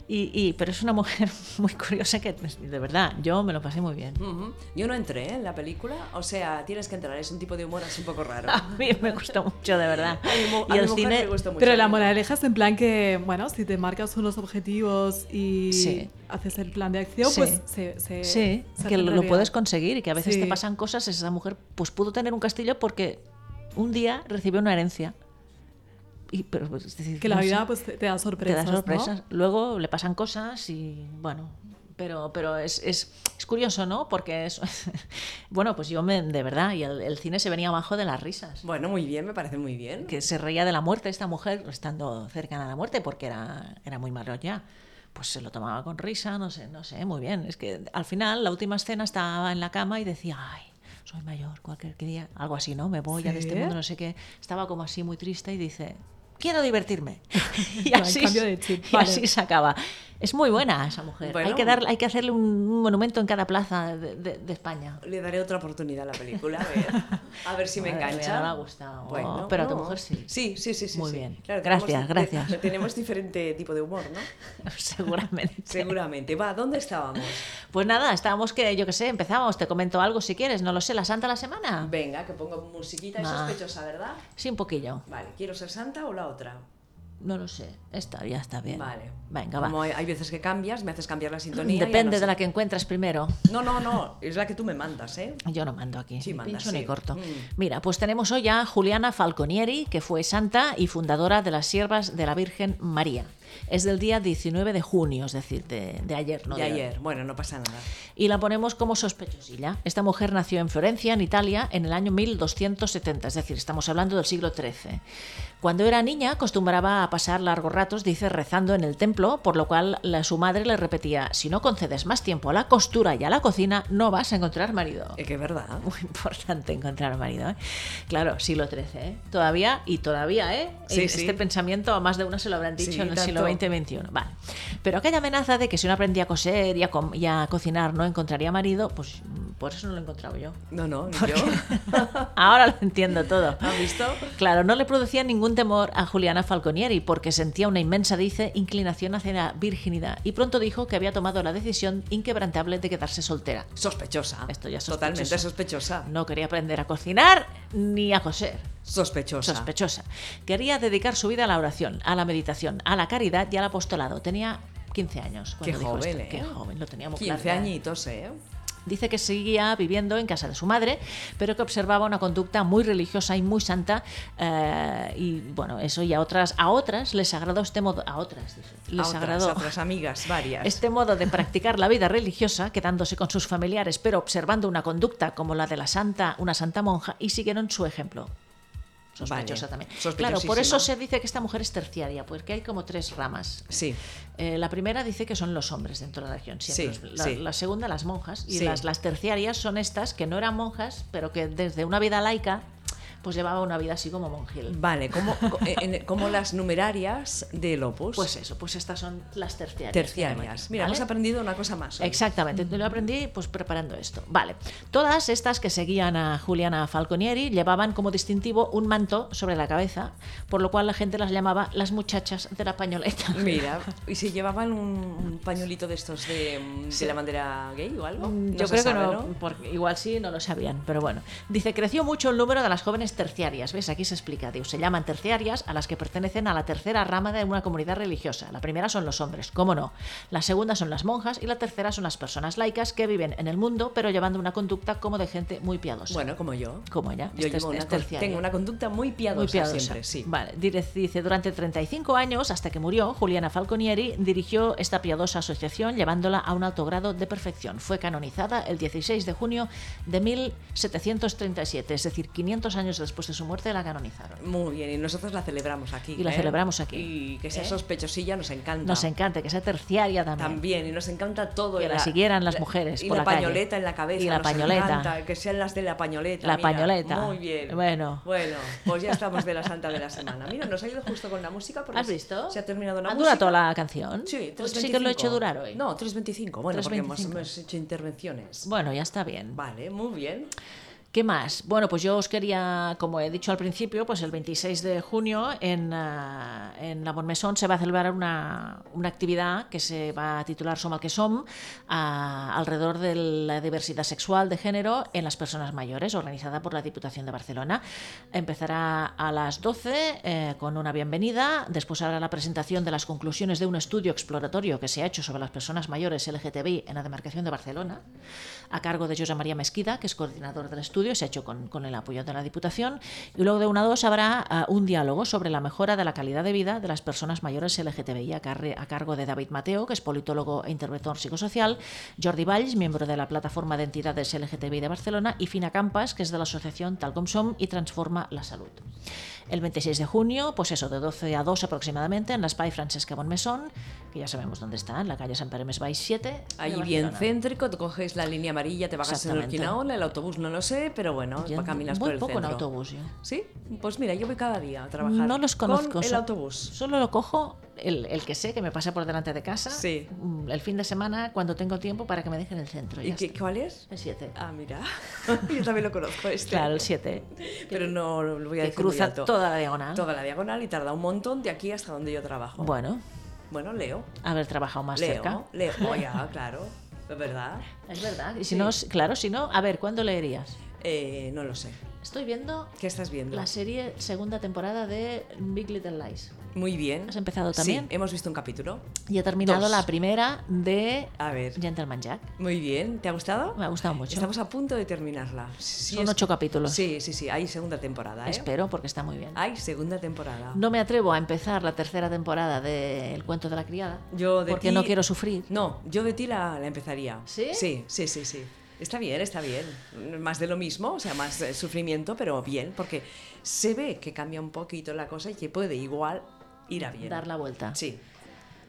Speaker 2: Y, y- pero es una mujer muy curiosa que, pues, de verdad, yo me lo pasé muy bien.
Speaker 1: Ujú. Yo no entré ¿eh? en la película, o sea, tienes que entrar, es un tipo de humor así un poco raro.
Speaker 2: A mí me gustó mucho, de verdad.
Speaker 1: A mi mu-
Speaker 2: Y
Speaker 1: a mi
Speaker 2: el
Speaker 1: mujer
Speaker 2: cine,
Speaker 1: le gustó mucho.
Speaker 3: Pero la moraleja es en plan que, bueno, si te marcas unos objetivos y
Speaker 2: Sí.
Speaker 3: haces el plan de acción,
Speaker 2: Sí.
Speaker 3: pues se, se-
Speaker 2: Sí,
Speaker 3: se
Speaker 2: que
Speaker 3: hace
Speaker 2: lo, lo
Speaker 3: realidad.
Speaker 2: puedes conseguir y que a veces
Speaker 3: Sí.
Speaker 2: te pasan cosas. Esa mujer pues pudo tener un castillo porque un día recibió una herencia. Y, pero, pues, es decir,
Speaker 3: Que la
Speaker 2: no sé,
Speaker 3: vida pues, te, te da
Speaker 2: te
Speaker 3: sorpresas.
Speaker 2: da
Speaker 3: ¿no? Ah,
Speaker 2: sorpresas. Luego le pasan cosas y bueno. Pero, pero es, es, es curioso, ¿no? Porque es. bueno, pues yo me, de verdad, y el, el cine se venía abajo de las risas.
Speaker 1: Bueno, muy bien, me parece muy bien.
Speaker 2: Que se reía de la muerte esta mujer, estando cercana a la muerte, porque era, era muy mayor ya. Pues se lo tomaba con risa, no sé, no sé, muy bien. Es que al final, la última escena estaba en la cama y decía, ay, soy mayor, cualquier día, algo así, ¿no? Me voy ya de este
Speaker 3: Sí.
Speaker 2: mundo, no sé qué. Estaba como así muy triste y dice, quiero divertirme. Y
Speaker 3: Ya, el
Speaker 2: así,
Speaker 3: cambio de chip,
Speaker 2: y
Speaker 3: vale.
Speaker 2: así se acaba. Es muy buena esa mujer.
Speaker 1: Bueno.
Speaker 2: hay, que darle- hay que hacerle un un monumento en cada plaza de, de- de España.
Speaker 1: Le daré otra oportunidad a la película, a ver, a ver si me
Speaker 2: Madre mía,
Speaker 1: engancha.
Speaker 2: no me ha gustado. Pero a tu mujer sí.
Speaker 1: Sí, sí, sí. sí,
Speaker 2: Muy
Speaker 1: sí.
Speaker 2: bien.
Speaker 1: tenemos-
Speaker 2: Gracias, gracias.
Speaker 1: Tenemos diferente tipo de humor, ¿no?
Speaker 2: Seguramente.
Speaker 1: Seguramente. Va, ¿dónde estábamos?
Speaker 2: Pues nada, estábamos que, yo qué sé, empezamos. Te comento algo si quieres, no lo sé, la santa de la semana.
Speaker 1: Venga, que pongo musiquita y
Speaker 2: Ah. Va.
Speaker 1: sospechosa, ¿verdad?
Speaker 2: Sí, un poquillo.
Speaker 1: Vale, ¿quiero ser santa o la otra?
Speaker 2: No lo sé. Está, ya está bien.
Speaker 1: Vale.
Speaker 2: Venga, va.
Speaker 1: Como hay, hay veces que cambias, me haces cambiar la sintonía. ya
Speaker 2: Depende
Speaker 1: no sé.
Speaker 2: de la que encuentres primero.
Speaker 1: No, no, no, es la que tú me mandas, ¿eh?
Speaker 2: Yo no mando aquí,
Speaker 1: Sí,
Speaker 2: ni
Speaker 1: manda,
Speaker 2: pincho
Speaker 1: sí.
Speaker 2: ni corto.
Speaker 1: Mm.
Speaker 2: Mira, pues tenemos hoy a Juliana Falconieri, que fue santa y fundadora de las Siervas de la Virgen María. Es del día 19 de junio, es decir, de, de ayer, ¿no?
Speaker 1: de
Speaker 2: hoy.
Speaker 1: ayer. Bueno, no pasa nada.
Speaker 2: Y la ponemos como sospechosilla. Esta mujer nació en Florencia, en Italia, en el año 1270, es decir, estamos hablando del siglo XIII. Cuando era niña acostumbraba a pasar largos ratos, dice, rezando en el templo, por lo cual la- su madre le repetía, si no concedes más tiempo a la costura y a la cocina, no vas a encontrar marido.
Speaker 1: Es que es verdad.
Speaker 2: Muy importante encontrar marido, ¿eh? Claro, siglo XIII, ¿eh? Todavía y todavía, ¿eh?
Speaker 1: Sí,
Speaker 2: este
Speaker 1: sí.
Speaker 2: pensamiento a más de uno se lo habrán dicho
Speaker 1: Sí,
Speaker 2: en el siglo
Speaker 1: tanto.
Speaker 2: XX XXI. Vale. Pero aquella amenaza de que si uno aprendía a coser y a, com- y a cocinar no encontraría marido, pues mm, por eso no lo he encontrado yo.
Speaker 1: No, no, ni yo.
Speaker 2: Ahora lo entiendo todo.
Speaker 1: ¿Has visto?
Speaker 2: Claro, no le producía ningún temor a Juliana Falconieri porque sentía una inmensa, dice, inclinación hacia la virginidad y pronto dijo que había tomado la decisión inquebrantable de quedarse soltera.
Speaker 1: Sospechosa.
Speaker 2: Esto ya es
Speaker 1: Totalmente
Speaker 2: sospechoso.
Speaker 1: sospechosa.
Speaker 2: No quería aprender a cocinar ni a coser.
Speaker 1: Sospechosa.
Speaker 2: Sospechosa. Quería dedicar su vida a la oración, a la meditación, a la caridad y al apostolado. Tenía 15 años cuando
Speaker 1: Qué
Speaker 2: dijo
Speaker 1: joven,
Speaker 2: esto.
Speaker 1: ¿eh?
Speaker 2: Qué joven, lo tenía muy
Speaker 1: 15
Speaker 2: claro.
Speaker 1: añitos, ¿eh?
Speaker 2: Dice que seguía viviendo en casa de su madre, pero que observaba una conducta muy religiosa y muy santa. eh, y bueno, eso y a otras, a otras les agradó este modo. A otras, dice,
Speaker 1: A
Speaker 2: les
Speaker 1: otras,
Speaker 2: agradó.
Speaker 1: a otras amigas, varias.
Speaker 2: Este modo de practicar la vida religiosa, quedándose con sus familiares, pero observando una conducta como la de la santa, una santa monja, y siguieron su ejemplo. Sospechosa
Speaker 1: Vale,
Speaker 2: también. Claro, por
Speaker 1: sospechosísima.
Speaker 2: eso se dice que esta mujer es terciaria, porque hay como tres ramas.
Speaker 1: Sí.
Speaker 2: Eh, la primera dice que son los hombres dentro de la religión, siempre.
Speaker 1: Sí,
Speaker 2: la,
Speaker 1: sí.
Speaker 2: la segunda, las monjas. Y
Speaker 1: Sí.
Speaker 2: las, las terciarias son estas que no eran monjas, pero que desde una vida laica, pues llevaba una vida así como monjil.
Speaker 1: Vale, como, co- en- como las numerarias del Opus.
Speaker 2: Pues eso, pues estas son las terciarias.
Speaker 1: terciarias. Mira,
Speaker 2: ¿vale?
Speaker 1: hemos aprendido una cosa más. hoy.
Speaker 2: Exactamente, lo aprendí pues preparando esto. Vale, todas estas que seguían a Juliana Falconieri llevaban como distintivo un manto sobre la cabeza, por lo cual la gente las llamaba las muchachas de la pañoleta.
Speaker 1: Mira, ¿y si llevaban un, un pañuelito de estos de, mm, de la bandera gay o algo? No
Speaker 2: Mm, Yo
Speaker 1: se
Speaker 2: creo
Speaker 1: sabe,
Speaker 2: que no, porque igual sí, no lo sabían, pero bueno. Dice, creció mucho el número de las jóvenes terciarias. ¿Ves? Aquí se explica. Digo, se llaman terciarias a las que pertenecen a la tercera rama de una comunidad religiosa. La primera son los hombres, cómo no. La segunda son las monjas y la tercera son las personas laicas que viven en el mundo, pero llevando una conducta como de gente muy piadosa.
Speaker 1: Bueno, como yo.
Speaker 2: como ella.
Speaker 1: Yo
Speaker 2: Esta es-
Speaker 1: llevo una
Speaker 2: es
Speaker 1: con-
Speaker 2: terciaria.
Speaker 1: tengo una conducta muy piadosa,
Speaker 2: Muy piadosa.
Speaker 1: siempre, sí.
Speaker 2: Vale, dire- dice, durante 35 años, hasta que murió, Juliana Falconieri dirigió esta piadosa asociación llevándola a un alto grado de perfección. Fue canonizada el 16 de junio de 1737, es decir, 500 años después de su muerte la canonizaron.
Speaker 1: Muy bien, y nosotros la celebramos aquí.
Speaker 2: Y la
Speaker 1: ¿eh?
Speaker 2: celebramos aquí.
Speaker 1: Y que sea
Speaker 2: ¿Eh?
Speaker 1: sospechosilla nos encanta.
Speaker 2: Nos encanta que sea terciaria también.
Speaker 1: También, y nos encanta todo.
Speaker 2: Que
Speaker 1: y
Speaker 2: la siguieran las mujeres
Speaker 1: Y
Speaker 2: por
Speaker 1: la,
Speaker 2: la calle.
Speaker 1: pañoleta en la cabeza.
Speaker 2: Y la
Speaker 1: nos
Speaker 2: pañoleta.
Speaker 1: encanta, que sean las de la pañoleta.
Speaker 2: La
Speaker 1: mira.
Speaker 2: pañoleta.
Speaker 1: Muy bien.
Speaker 2: Bueno.
Speaker 1: Bueno, pues ya estamos de la santa de la semana. Mira, nos ha ido justo con la música. Porque
Speaker 2: ¿Has visto?
Speaker 1: Se ha terminado la
Speaker 2: ¿Ha
Speaker 1: música.
Speaker 2: durado la canción?
Speaker 1: Sí,
Speaker 2: Pues sí que lo he hecho
Speaker 1: 3.25.
Speaker 2: durar hoy.
Speaker 1: No, 3.25. Bueno, porque hemos,
Speaker 2: 3.25.
Speaker 1: hemos hecho intervenciones.
Speaker 2: Bueno, ya está bien.
Speaker 1: Vale, muy bien.
Speaker 2: ¿Qué más? Bueno, pues yo os quería, como he dicho al principio, pues el 26 de junio en, ah, en la Bonmesón se va a celebrar una, una actividad que se va a titular Som al que som, ah, alrededor de la diversidad sexual de género en las personas mayores, organizada por la Diputación de Barcelona. Empezará a las 12 eh, con una bienvenida, después habrá la presentación de las conclusiones de un estudio exploratorio que se ha hecho sobre las personas mayores LGTBI en la demarcación de Barcelona a cargo de José María Mesquida, que es coordinador del estudio, se ha hecho con, con el apoyo de la Diputación. Y luego de una a dos habrá ah, un diálogo sobre la mejora de la calidad de vida de las personas mayores LGTBI a, carre- a cargo de David Mateo, que es politólogo e interventor psicosocial, Jordi Valls, miembro de la plataforma de entidades LGTBI de Barcelona, y Fina Campas, que es de la asociación Tal Com Som y Transforma la Salud. el 26 de junio, pues eso, de 12 a 2 aproximadamente, en la Spy Francesca Bonmesón, que ya sabemos dónde está, en la calle San Peremés Bay 7.
Speaker 1: Allí
Speaker 2: de
Speaker 1: bien
Speaker 2: Barcelona.
Speaker 1: céntrico, te coges la línea amarilla, te bajas en
Speaker 2: Exactamente.
Speaker 1: Urquinaona, el autobús no lo sé, pero bueno,
Speaker 2: Yo
Speaker 1: caminas
Speaker 2: voy
Speaker 1: por el
Speaker 2: poco en
Speaker 1: centro.
Speaker 2: autobús yo.
Speaker 1: ¿Sí? Pues mira, yo voy cada día a trabajar.
Speaker 2: No los conozco.
Speaker 1: Con el
Speaker 2: so-
Speaker 1: autobús.
Speaker 2: Solo lo cojo el, el que sé que me pasa por delante de casa.
Speaker 1: Sí.
Speaker 2: mm, El fin de semana, cuando tengo tiempo para que me dejen el centro.
Speaker 1: ¿Y
Speaker 2: Ah, ya
Speaker 1: qué,
Speaker 2: está.
Speaker 1: cuál es?
Speaker 2: El 7.
Speaker 1: Ah, mira. yo también lo conozco este.
Speaker 2: Claro, el 7.
Speaker 1: Pero no lo voy a
Speaker 2: Que
Speaker 1: decir. muy
Speaker 2: cruza
Speaker 1: alto.
Speaker 2: toda la diagonal.
Speaker 1: Toda la diagonal y tarda un montón de aquí hasta donde yo trabajo.
Speaker 2: Bueno,
Speaker 1: Bueno, leo.
Speaker 2: haber trabajado más
Speaker 1: leo.
Speaker 2: cerca.
Speaker 1: Leo. Oh, ya, claro. Es verdad.
Speaker 2: Es verdad. Y si no, claro, si no, a ver, ¿cuándo leerías?
Speaker 1: Eh, no lo sé.
Speaker 2: Estoy viendo
Speaker 1: ¿Qué estás viendo?
Speaker 2: la serie segunda temporada de Big Little Lies.
Speaker 1: Muy bien.
Speaker 2: ¿Has empezado
Speaker 1: Sí,
Speaker 2: también?
Speaker 1: hemos visto un capítulo.
Speaker 2: Y he terminado
Speaker 1: Dos.
Speaker 2: la primera de
Speaker 1: A ver.
Speaker 2: Gentleman Jack.
Speaker 1: Muy bien. ¿Te ha gustado?
Speaker 2: Me ha gustado mucho.
Speaker 1: Estamos a punto de terminarla. Sí,
Speaker 2: Son
Speaker 1: es-
Speaker 2: ocho capítulos.
Speaker 1: Sí, sí, sí. Hay segunda temporada. ¿eh?
Speaker 2: Espero porque está muy bien.
Speaker 1: Hay segunda temporada.
Speaker 2: No me atrevo a empezar la tercera temporada de El cuento de la criada.
Speaker 1: Yo de
Speaker 2: porque
Speaker 1: ti-
Speaker 2: no quiero sufrir.
Speaker 1: No, yo de ti la, la empezaría.
Speaker 2: ¿Sí?
Speaker 1: Sí, sí, sí, sí. Está bien, está bien. Más de lo mismo, o sea, más eh, sufrimiento, pero bien, porque se ve que cambia un poquito la cosa y que puede igual ir a bien.
Speaker 2: Dar la vuelta.
Speaker 1: Sí.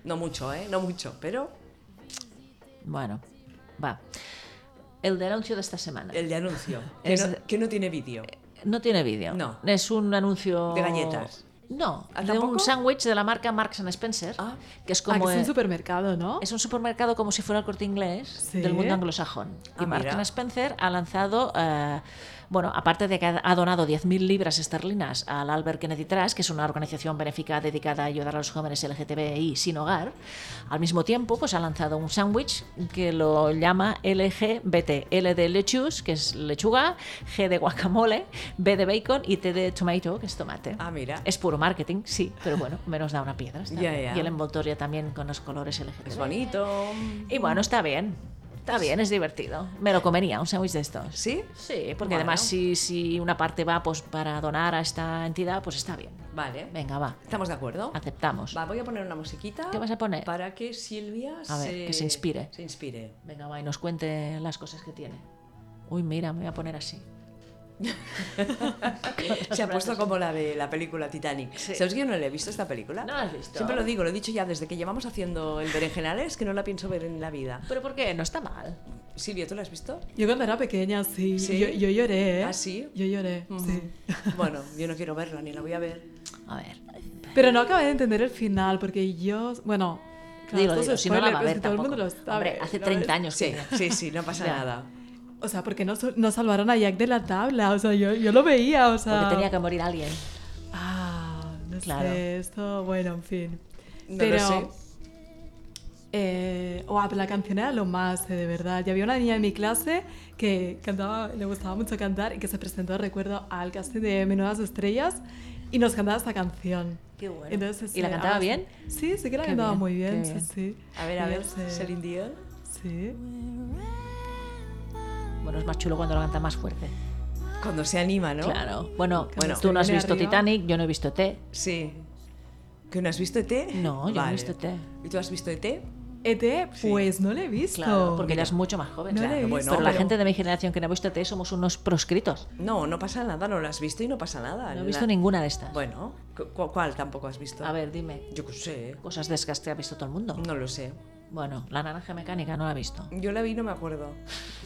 Speaker 1: No mucho, ¿eh? No mucho, pero
Speaker 2: Bueno, va. El de anuncio de esta semana.
Speaker 1: el de anuncio, que,
Speaker 2: Es-
Speaker 1: no, que no tiene vídeo.
Speaker 2: No tiene vídeo.
Speaker 1: No.
Speaker 2: Es un anuncio.
Speaker 1: De galletas.
Speaker 2: No,
Speaker 1: ¿Ah,
Speaker 2: de
Speaker 1: tampoco?
Speaker 2: un sándwich de la marca Marks and Spencer,
Speaker 1: Ah.
Speaker 2: que es
Speaker 3: Ah,
Speaker 2: como
Speaker 3: que es un
Speaker 2: eh,
Speaker 3: supermercado, ¿no?
Speaker 2: Es un supermercado como si fuera el corte inglés
Speaker 3: Sí.
Speaker 2: del mundo anglosajón.
Speaker 1: Ah,
Speaker 2: y Martin
Speaker 1: mira.
Speaker 2: Spencer ha lanzado, eh, bueno, aparte de que ha ha donado 10.000 libras esterlinas al Albert Kennedy Trust, que es una organización benéfica dedicada a ayudar a los jóvenes LGTBI sin hogar, al mismo tiempo pues ha lanzado un sándwich que lo llama LGBT, L de lechus, que es lechuga, G de guacamole, B de bacon y T de tomato, que es tomate.
Speaker 1: Ah, mira.
Speaker 2: Es puro marketing, sí, pero bueno, menos da una piedra. está
Speaker 1: Ya,
Speaker 2: bien.
Speaker 1: ya.
Speaker 2: Y el envoltorio también con los colores LGTBI.
Speaker 1: Es bonito.
Speaker 2: Y bueno, está bien. Está bien, es divertido. Me lo comería, un sándwich de estos.
Speaker 1: ¿Sí?
Speaker 2: Sí, porque
Speaker 1: Bueno.
Speaker 2: además si, si una parte va pues para donar a esta entidad, pues está bien.
Speaker 1: Vale.
Speaker 2: Venga, va.
Speaker 1: ¿Estamos de acuerdo?
Speaker 2: Aceptamos.
Speaker 1: Va, voy a poner una musiquita.
Speaker 2: ¿Qué vas a poner?
Speaker 1: Para que Silvia
Speaker 2: A ver, que se inspire.
Speaker 1: Se inspire.
Speaker 2: Venga, va y nos cuente las cosas que tiene. Uy, mira, me voy a poner así.
Speaker 1: Se ha puesto como la de la película Titanic.
Speaker 2: Sí.
Speaker 1: ¿Sabes que yo no le he visto esta película?
Speaker 2: ¿No la has visto?
Speaker 1: Siempre lo digo, lo he dicho ya desde que llevamos haciendo el berenjenales que no la pienso ver en la vida.
Speaker 2: Pero ¿por qué? No está mal.
Speaker 1: Silvia, ¿tú la has visto?
Speaker 3: Yo cuando era pequeña, sí.
Speaker 1: ¿Sí?
Speaker 3: Yo, yo lloré, ¿eh?
Speaker 1: ¿Ah, sí?
Speaker 3: Yo lloré, sí.
Speaker 1: Bueno, yo no quiero verla ni la voy a ver.
Speaker 2: A ver.
Speaker 3: Pero no acabé de entender el final, porque yo... Bueno, claro,
Speaker 2: Dilo,
Speaker 3: esto es
Speaker 2: dilo, si no la
Speaker 3: spoiler,
Speaker 2: va a
Speaker 3: pero
Speaker 2: ver
Speaker 3: si todo el
Speaker 2: tampoco.
Speaker 3: mundo lo sabe,
Speaker 2: Hombre, hace
Speaker 3: ¿no
Speaker 2: 30
Speaker 3: ves?
Speaker 2: años
Speaker 1: Sí,
Speaker 2: que...
Speaker 1: sí, sí, no pasa
Speaker 2: Ya.
Speaker 1: nada.
Speaker 3: O sea, porque no, sol- no salvaron a Jack de la tabla, o sea, yo, yo lo veía, o sea...
Speaker 2: Porque tenía que morir alguien.
Speaker 3: Ah, no
Speaker 2: Claro.
Speaker 3: sé, esto, bueno, en fin.
Speaker 1: No lo
Speaker 3: Pero,
Speaker 1: sé.
Speaker 3: eh, guau, pero la canción era lo más, eh, de verdad. Ya había una niña en mi clase que cantaba, le gustaba mucho cantar y que se presentó, recuerdo, al casting de Menudas Estrellas y nos cantaba esta canción.
Speaker 2: Qué bueno.
Speaker 3: Entonces,
Speaker 2: ¿Y la
Speaker 3: eh,
Speaker 2: cantaba
Speaker 3: ah, sí.
Speaker 2: bien?
Speaker 3: Sí, sí que la
Speaker 2: Qué
Speaker 3: cantaba
Speaker 2: bien,
Speaker 3: muy bien,
Speaker 2: qué
Speaker 3: sí,
Speaker 2: bien.
Speaker 3: sí.
Speaker 1: A ver, a
Speaker 3: Y
Speaker 1: ver,
Speaker 3: ese-
Speaker 1: Celine Dion.
Speaker 3: Sí.
Speaker 2: Bueno, es más chulo cuando lo canta más fuerte.
Speaker 1: Cuando se anima, ¿no?
Speaker 2: Claro. Bueno,
Speaker 1: Bueno.
Speaker 2: tú no has
Speaker 3: Viene
Speaker 2: visto
Speaker 3: arriba.
Speaker 2: Titanic, yo no he visto T.
Speaker 1: Sí. ¿Que no has visto ET?
Speaker 2: No, yo no he visto E ET.
Speaker 1: ¿Y tú has visto E ET?
Speaker 3: ET, pues no le he visto.
Speaker 2: Claro, porque eras mucho más joven.
Speaker 3: No la he
Speaker 2: Claro,
Speaker 3: visto.
Speaker 2: pero la
Speaker 1: Pero-
Speaker 2: gente de mi generación que no ha visto T somos unos proscritos.
Speaker 1: No, no pasa nada, no lo has visto y no pasa nada.
Speaker 2: No
Speaker 1: La-
Speaker 2: he visto ninguna de estas.
Speaker 1: Bueno, ¿cu- cu- ¿cuál tampoco has visto?
Speaker 2: A ver, dime.
Speaker 1: Yo qué sé.
Speaker 2: Cosas desgaste ha visto todo el mundo.
Speaker 1: No lo sé.
Speaker 2: Bueno, la naranja mecánica no la ha visto.
Speaker 1: Yo la vi y no me acuerdo.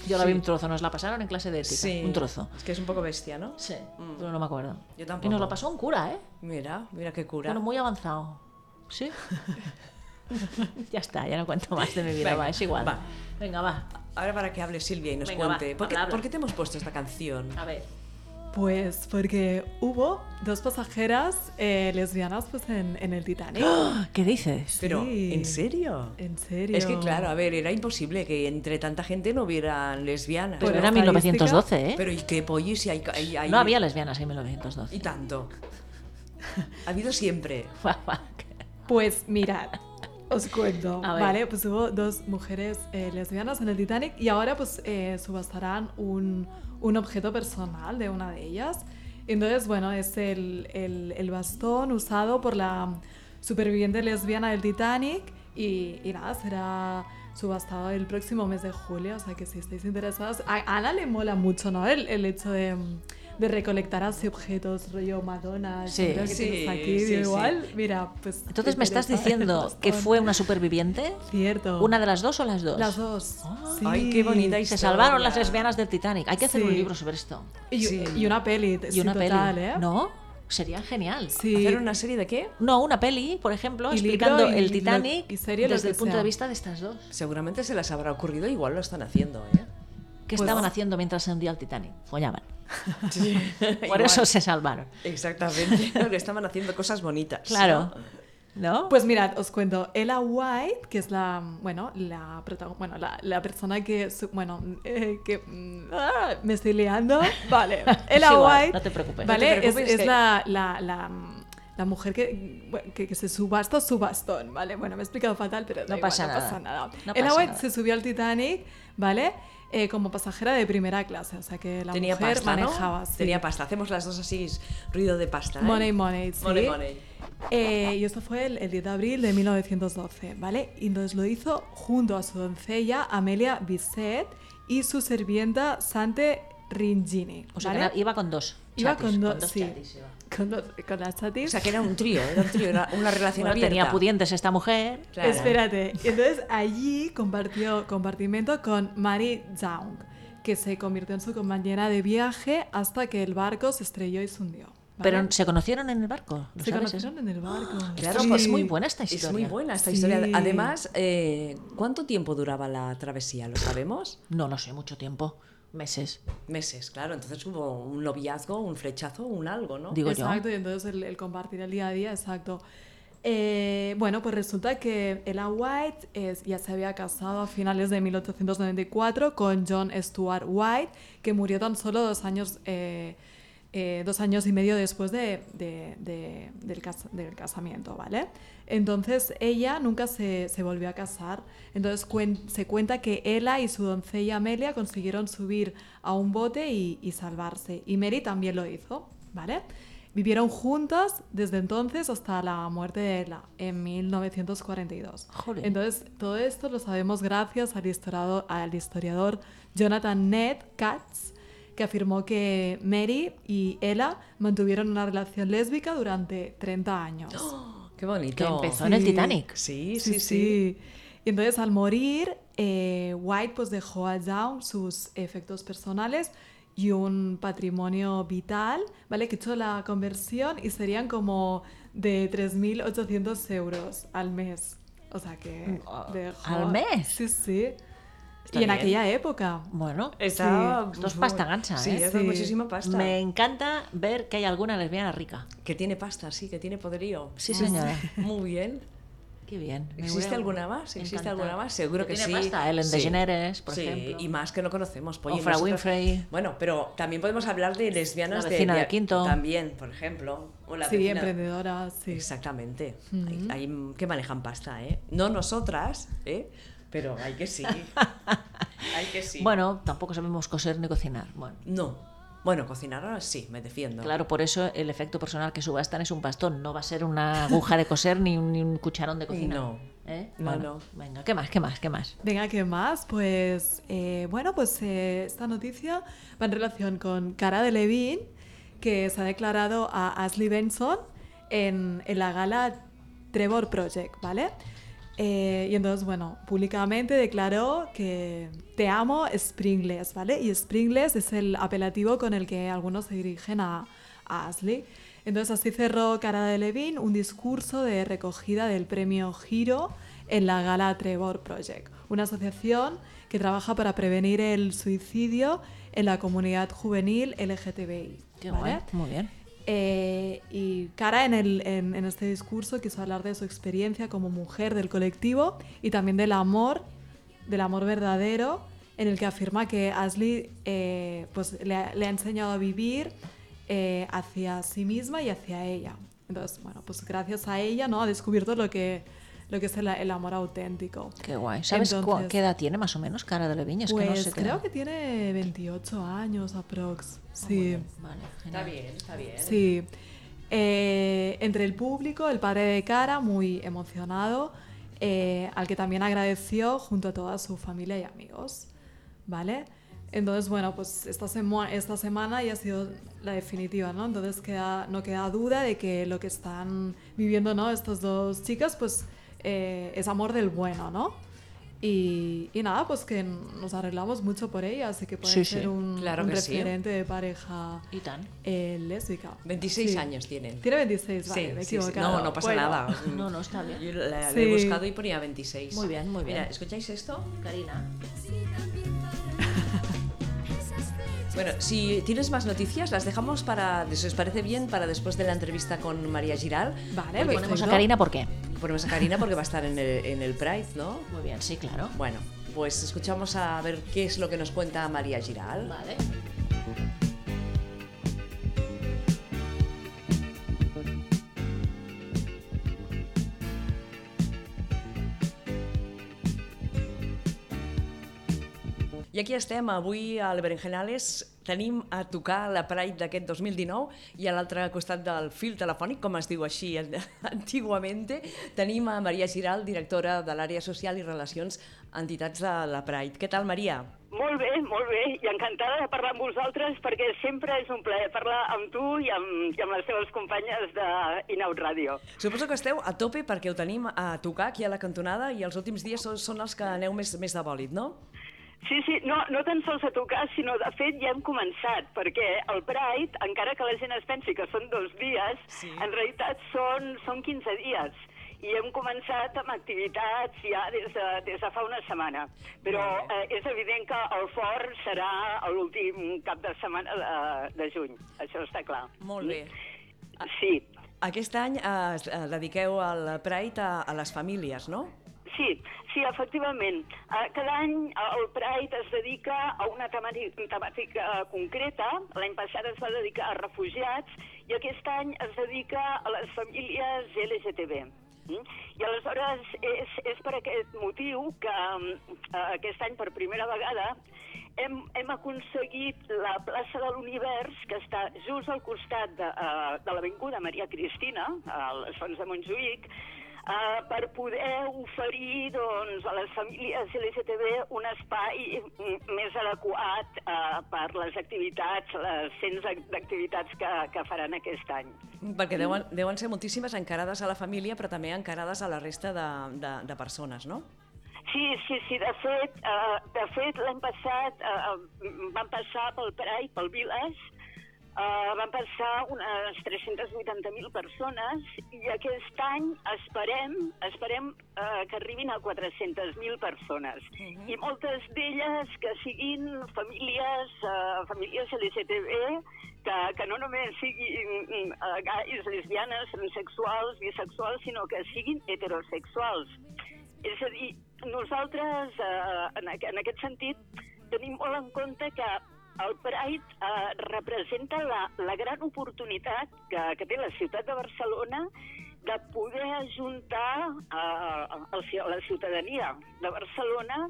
Speaker 2: Yo la vi un trozo, nos la pasaron en clase de ética.
Speaker 1: Sí.
Speaker 2: Un trozo.
Speaker 1: Es que es un poco bestia, ¿no?
Speaker 2: Sí, pero no me acuerdo.
Speaker 1: Yo
Speaker 2: Y nos
Speaker 1: tampoco.
Speaker 2: la pasó un cura, ¿eh?
Speaker 1: Mira, mira qué cura.
Speaker 2: Bueno, muy avanzado. Sí. ya está, ya no cuento más de mi vida,
Speaker 1: Venga,
Speaker 2: va, es igual.
Speaker 1: va.
Speaker 2: Venga, va.
Speaker 1: Ahora para que hable Silvia y nos
Speaker 2: Venga,
Speaker 1: cuente.
Speaker 2: va,
Speaker 1: ¿por, qué,
Speaker 2: habla, habla.
Speaker 1: por qué te hemos puesto esta canción?
Speaker 2: A ver.
Speaker 3: Pues porque hubo dos pasajeras eh, lesbianas pues, en, en el Titanic.
Speaker 2: ¿Qué dices?
Speaker 1: Pero,
Speaker 3: Sí.
Speaker 1: ¿en serio?
Speaker 3: En serio.
Speaker 1: Es que claro, a ver, era imposible que entre tanta gente no hubieran lesbianas.
Speaker 2: Pero
Speaker 3: Por
Speaker 2: era
Speaker 3: estadística,
Speaker 2: 1912, ¿eh?
Speaker 1: Pero ¿y qué pollis? Y hay, hay- hay-
Speaker 2: No había lesbianas en 1912.
Speaker 1: Y tanto. Ha habido siempre.
Speaker 2: Va, va.
Speaker 3: Pues mirad, os cuento.
Speaker 2: A ver.
Speaker 3: Vale, pues hubo dos mujeres eh, lesbianas en el Titanic y ahora pues eh, subastarán un, un objeto personal de una de ellas. Entonces, bueno, es el, el- el bastón usado por la superviviente lesbiana del Titanic y, y nada, será subastado el próximo mes de julio, o sea que si estáis interesados, a Ana le mola mucho, ¿no? El, el hecho de, de recolectar así objetos, rollo Madonna,
Speaker 2: Sí.
Speaker 3: etcétera, que
Speaker 1: Sí,
Speaker 3: tienes aquí,
Speaker 1: sí,
Speaker 3: digo,
Speaker 1: sí.
Speaker 3: igual, mira, pues...
Speaker 2: Entonces me estás
Speaker 3: interesa el
Speaker 2: diciendo que
Speaker 3: bastón.
Speaker 2: fue una superviviente,
Speaker 3: Cierto.
Speaker 2: una de las dos o las dos.
Speaker 3: Las dos.
Speaker 2: Ah.
Speaker 3: sí.
Speaker 1: Ay, qué bonita
Speaker 2: Se
Speaker 1: historia.
Speaker 2: salvaron las lesbianas del Titanic. Hay que hacer
Speaker 3: Sí.
Speaker 2: un libro sobre esto.
Speaker 3: Y,
Speaker 1: Sí.
Speaker 3: y una peli,
Speaker 2: Y
Speaker 3: sí,
Speaker 2: una
Speaker 3: total,
Speaker 2: peli.
Speaker 3: ¿eh?
Speaker 2: No, sería genial.
Speaker 3: Sí.
Speaker 1: ¿Hacer una serie de qué?
Speaker 2: No, una peli, por ejemplo,
Speaker 3: Y libro
Speaker 2: explicando
Speaker 3: y
Speaker 2: el
Speaker 3: lo-
Speaker 2: Titanic
Speaker 3: y serie, lo
Speaker 2: desde
Speaker 3: que
Speaker 2: el punto
Speaker 3: sea.
Speaker 2: de vista de estas dos.
Speaker 1: Seguramente se las habrá ocurrido, igual lo están haciendo, ¿eh?
Speaker 2: ¿Qué
Speaker 3: Pues-
Speaker 2: estaban haciendo mientras se hundía el Titanic? Follaban. Por
Speaker 1: Igual.
Speaker 2: eso se salvaron.
Speaker 1: Exactamente, ¿no? que estaban haciendo cosas bonitas.
Speaker 2: Claro.
Speaker 1: ¿no?
Speaker 2: ¿No?
Speaker 3: Pues mirad, os cuento, Ella White, que es la, bueno, la, protago- bueno, la, la persona que, su- bueno, eh, que, mm,
Speaker 2: Pues,
Speaker 3: ah, me estoy liando, vale, Ella
Speaker 2: Es igual,
Speaker 3: White,
Speaker 2: no te preocupes.
Speaker 3: vale,
Speaker 1: No te preocupes,
Speaker 3: es,
Speaker 1: que-
Speaker 3: es la, la, la, mm, la mujer que, bueno, que, que se subasta su bastón, vale, bueno, me he explicado fatal, pero da
Speaker 2: No
Speaker 3: igual,
Speaker 2: pasa nada.
Speaker 3: no pasa nada.
Speaker 2: No
Speaker 3: Ella
Speaker 2: pasa
Speaker 3: White
Speaker 2: nada.
Speaker 3: se subió al Titanic, vale, Eh, como pasajera de primera clase, o sea que la
Speaker 1: Tenía
Speaker 3: mujer
Speaker 1: pasta, ¿no?
Speaker 3: manejaba, sí.
Speaker 1: Tenía pasta. Hacemos las dos así, ruido de pasta. ¿eh?
Speaker 3: Money, money, sí.
Speaker 1: Money, money.
Speaker 3: Eh, y esto fue el, el 10 de abril de 1912, ¿vale? Y nos lo hizo junto a su doncella Amelia Bisset y su sirvienta Sante Ringini.
Speaker 2: O sea,
Speaker 3: ¿vale?
Speaker 2: que pues iba con dos.
Speaker 3: Iba
Speaker 2: chatis,
Speaker 3: con, do-
Speaker 2: dos
Speaker 3: sí,
Speaker 2: chatis iba.
Speaker 3: con, dos- con las chatis.
Speaker 1: O sea, que era un trío, era un trío, era una relación
Speaker 2: Bueno,
Speaker 1: abierta.
Speaker 2: tenía pudientes esta mujer.
Speaker 1: Claro.
Speaker 3: Espérate. Y entonces allí compartió compartimento con Mary Young, que se convirtió en su compañera de viaje hasta que el barco se estrelló y se hundió. ¿vale?
Speaker 2: Pero se conocieron en el barco. ¿Lo
Speaker 3: se
Speaker 2: sabes eso?
Speaker 3: conocieron en el barco.
Speaker 2: Claro,
Speaker 3: Sí.
Speaker 2: pues es muy buena esta historia.
Speaker 1: Es muy buena esta
Speaker 3: Sí.
Speaker 1: historia. Además, eh, ¿cuánto tiempo duraba la travesía? ¿Lo sabemos?
Speaker 2: No, no sé, mucho tiempo. Meses.
Speaker 1: Meses, claro. Entonces hubo un noviazgo, un flechazo, un algo, ¿no?
Speaker 2: Digo yo.
Speaker 3: exacto, y entonces el, el compartir el día a día, exacto. Eh, bueno, pues resulta que Ella White es- ya se había casado a finales de 1894 con John Stuart White, que murió tan solo dos años, eh, eh, dos años y medio después de, de- de- del, cas- del casamiento, ¿vale? Entonces ella nunca se, se volvió a casar. Entonces cuen- se cuenta que ella y su doncella Amelia consiguieron subir a un bote y, y salvarse. Y Mary también lo hizo, ¿vale? Vivieron juntas desde entonces hasta la muerte de Ella en 1942.
Speaker 2: Jolín.
Speaker 3: Entonces, todo esto lo sabemos gracias al historiador, al historiador Jonathan Ned Katz, que afirmó que Mary y Ella mantuvieron una relación lésbica durante 30 años.
Speaker 1: ¡Oh! Qué bonito.
Speaker 2: Que empezó en el
Speaker 3: Sí.
Speaker 2: Titanic.
Speaker 1: Sí, sí, sí.
Speaker 3: Y entonces al morir, eh, White pues dejó a Down sus efectos personales y un patrimonio vital, ¿vale? Que hizo la conversión y serían como de 3.800 euros al mes. O sea que...
Speaker 2: Ah,
Speaker 3: dejó-
Speaker 2: ¿al mes?
Speaker 3: Sí, sí.
Speaker 1: Está
Speaker 3: y en
Speaker 1: bien.
Speaker 3: aquella época.
Speaker 2: Bueno,
Speaker 1: Está-
Speaker 2: Sí. Esto es pasta gancha,
Speaker 1: Sí,
Speaker 2: ¿eh?
Speaker 1: es de
Speaker 3: Sí.
Speaker 1: muchísima pasta.
Speaker 2: me encanta ver que hay alguna lesbiana rica.
Speaker 1: Que tiene pasta, sí, que tiene poderío.
Speaker 2: Sí, señora.
Speaker 1: Muy bien.
Speaker 2: Qué bien. me
Speaker 1: ¿Existe
Speaker 2: hubiera-
Speaker 1: alguna más?
Speaker 2: me
Speaker 1: ¿Existe
Speaker 2: encanta.
Speaker 1: alguna más? Seguro que,
Speaker 2: tiene
Speaker 1: sí.
Speaker 2: Pasta, Ellen
Speaker 1: Sí.
Speaker 2: DeGeneres, por
Speaker 1: Sí,
Speaker 2: ejemplo.
Speaker 1: y más que no conocemos. Oye,
Speaker 2: Oprah Winfrey.
Speaker 1: Bueno, pero también podemos hablar de lesbianas
Speaker 2: La vecina
Speaker 1: de,
Speaker 2: del quinto.
Speaker 1: También, por ejemplo. O la
Speaker 3: sí,
Speaker 1: vecina-
Speaker 3: emprendedora, sí.
Speaker 1: Exactamente. Hay, hay que manejan pasta, ¿eh? No nosotras, ¿eh? Pero hay que sí. hay que sí.
Speaker 2: Bueno, tampoco sabemos coser ni cocinar. Bueno,
Speaker 1: No. Bueno, cocinar ahora sí, me defiendo.
Speaker 2: claro, por eso el efecto personal que subastan es un bastón. No va a ser una aguja de coser ni un, ni un cucharón de cocina.
Speaker 1: No.
Speaker 2: ¿Eh?
Speaker 1: No,
Speaker 2: Bueno,
Speaker 1: no.
Speaker 2: Venga, ¿qué más? ¿Qué más? ¿Qué más?
Speaker 3: Venga, ¿qué más? Pues eh, bueno, pues eh, esta noticia va en relación con Cara de Levine, que se ha declarado a Ashley Benson en, en la gala Trevor Project, ¿vale? Eh, y entonces, bueno, públicamente declaró que te amo Springless, ¿vale? Y Springless es el apelativo con el que algunos se dirigen a, a Ashley. Entonces así cerró Cara de Levine un discurso de recogida del premio Giro en la gala Trevor Project, una asociación que trabaja para prevenir el suicidio en la comunidad juvenil LGTBI.
Speaker 2: Qué
Speaker 3: ¿vale?
Speaker 2: guay. Muy bien.
Speaker 3: Eh, y Cara en, el- en- en este discurso quiso hablar de su experiencia como mujer del colectivo y también del amor, del amor verdadero, en el que afirma que Ashley eh, pues, le, ha, le ha enseñado a vivir eh, hacia sí misma y hacia ella. Entonces, bueno, pues gracias a ella ¿no? ha descubierto lo que, lo que es el, el amor auténtico.
Speaker 2: Qué guay. ¿Sabes cu-
Speaker 3: Entonces-
Speaker 2: qué edad tiene más o menos Cara de Leviña? Es
Speaker 3: Pues
Speaker 2: que no sé qué
Speaker 3: creo
Speaker 2: edad.
Speaker 3: que tiene 28 años aprox.
Speaker 2: Ah,
Speaker 3: Sí.
Speaker 2: muy bien. Vale,
Speaker 1: Está
Speaker 2: genial.
Speaker 1: bien, está bien.
Speaker 3: Sí. Eh, entre el público, el padre de Cara, muy emocionado, eh, al que también agradeció junto a toda su familia y amigos. ¿Vale? Entonces, bueno, pues esta, semua- esta semana ya ha sido la definitiva, ¿no? Entonces queda, no queda duda de que lo que están viviendo, ¿no? Estas dos chicas, pues eh, es amor del bueno, ¿no? Y, y nada, pues que nos arreglamos mucho por ella, así que puede
Speaker 2: Sí,
Speaker 3: ser
Speaker 2: sí.
Speaker 3: un,
Speaker 1: Claro
Speaker 3: un
Speaker 1: que sí.
Speaker 3: referente de pareja
Speaker 2: Y tan.
Speaker 3: eh, lésbica.
Speaker 1: 26
Speaker 3: Sí.
Speaker 1: años tienen.
Speaker 3: Tiene 26, vale, me he equivocado.
Speaker 1: No, no pasa
Speaker 3: Bueno,
Speaker 1: nada.
Speaker 2: No, no, está bien.
Speaker 1: Yo la,
Speaker 3: Sí.
Speaker 1: la he buscado y ponía 26.
Speaker 2: Muy bien, muy bien.
Speaker 1: Mira, ¿escucháis esto?
Speaker 2: Karina.
Speaker 1: Bueno, si tienes más noticias, las dejamos para, si os parece bien, para después de la entrevista con María Giral. Pues
Speaker 3: Vale,
Speaker 1: Porque
Speaker 2: Ponemos a
Speaker 3: perfecto.
Speaker 2: Karina, ¿por qué?
Speaker 1: Ponemos a Karina porque va a estar en el, en el Pride, ¿no?
Speaker 2: Muy bien, sí, claro.
Speaker 1: Bueno, pues escuchamos a ver qué es lo que nos cuenta María Giral.
Speaker 2: Vale.
Speaker 1: I aquí estem, avui al Berenjenales tenim a tocar la Pride d'aquest 2019 i a l'altre costat del fil telefònic, com es diu així en- antiguamente, tenim a Maria Giral, directora de l'àrea social i relacions a entitats de la Pride. Què tal, Maria?
Speaker 5: Molt bé, molt bé, i encantada de parlar amb vosaltres perquè sempre és un plaer parlar amb tu i amb, i amb les teves companyes de Inaut Ràdio.
Speaker 1: Suposo que esteu a tope perquè ho tenim a tocar aquí a la cantonada i els últims dies són, són els que aneu més, més de bòlit, no?
Speaker 5: Sí, sí, no, no tan sols a tocar, sinó de fet ja hem començat, perquè el Pride, encara que la gent es pensi que són dos dies,
Speaker 1: Sí.
Speaker 5: sí. en realitat són, són 15 dies. I hem començat amb activitats ja des de, des de fa una setmana. Però eh, és evident que el fort serà l'últim cap de setmana de, de juny, això està clar.
Speaker 1: Molt bé.
Speaker 5: Sí,
Speaker 1: Aquest any eh, es- eh, dediqueu al Pride a, a les famílies, no?
Speaker 5: Sí, sí, efectivament. Eh, Cada any eh, el Pride es dedica a una temàti- temàtica eh, concreta. L'any passat es va dedicar a refugiats i aquest any es dedica a les famílies LGTB. Mm? I aleshores és, és per aquest motiu que mm, eh, aquest any per primera vegada hem, hem aconseguit la plaça de l'Univers, que està just al costat de, eh, de l'Avinguda Maria Cristina, a les Fonts de Montjuïc, eh, per poder oferir doncs, a les famílies LGTB un espai mm, més adequat eh, per les activitats, les 100 d'activitats que, que faran aquest any.
Speaker 1: Perquè deuen, deuen ser moltíssimes encarades a la família, però també encarades a la resta de, de, de persones, no?
Speaker 5: Sí, sí, sí, de fet, eh, de fet l'any passat eh, van passar pel Prai, pel Viles, eh, van passar unes 380.000 persones i aquest any esperem, esperem eh, que arribin a 400.000 persones. I moltes d'elles que siguin famílies, eh, famílies LGTB, que, que no només siguin mm, eh, gais, lesbianes, transsexuals, bisexuals, sinó que siguin heterosexuals. És a dir, nosaltres, eh, en, aqu- en aquest sentit, tenim molt en compte que el Pride eh, representa la, la gran oportunitat que, que té la ciutat de Barcelona de poder ajuntar eh, el, ci- la ciutadania de Barcelona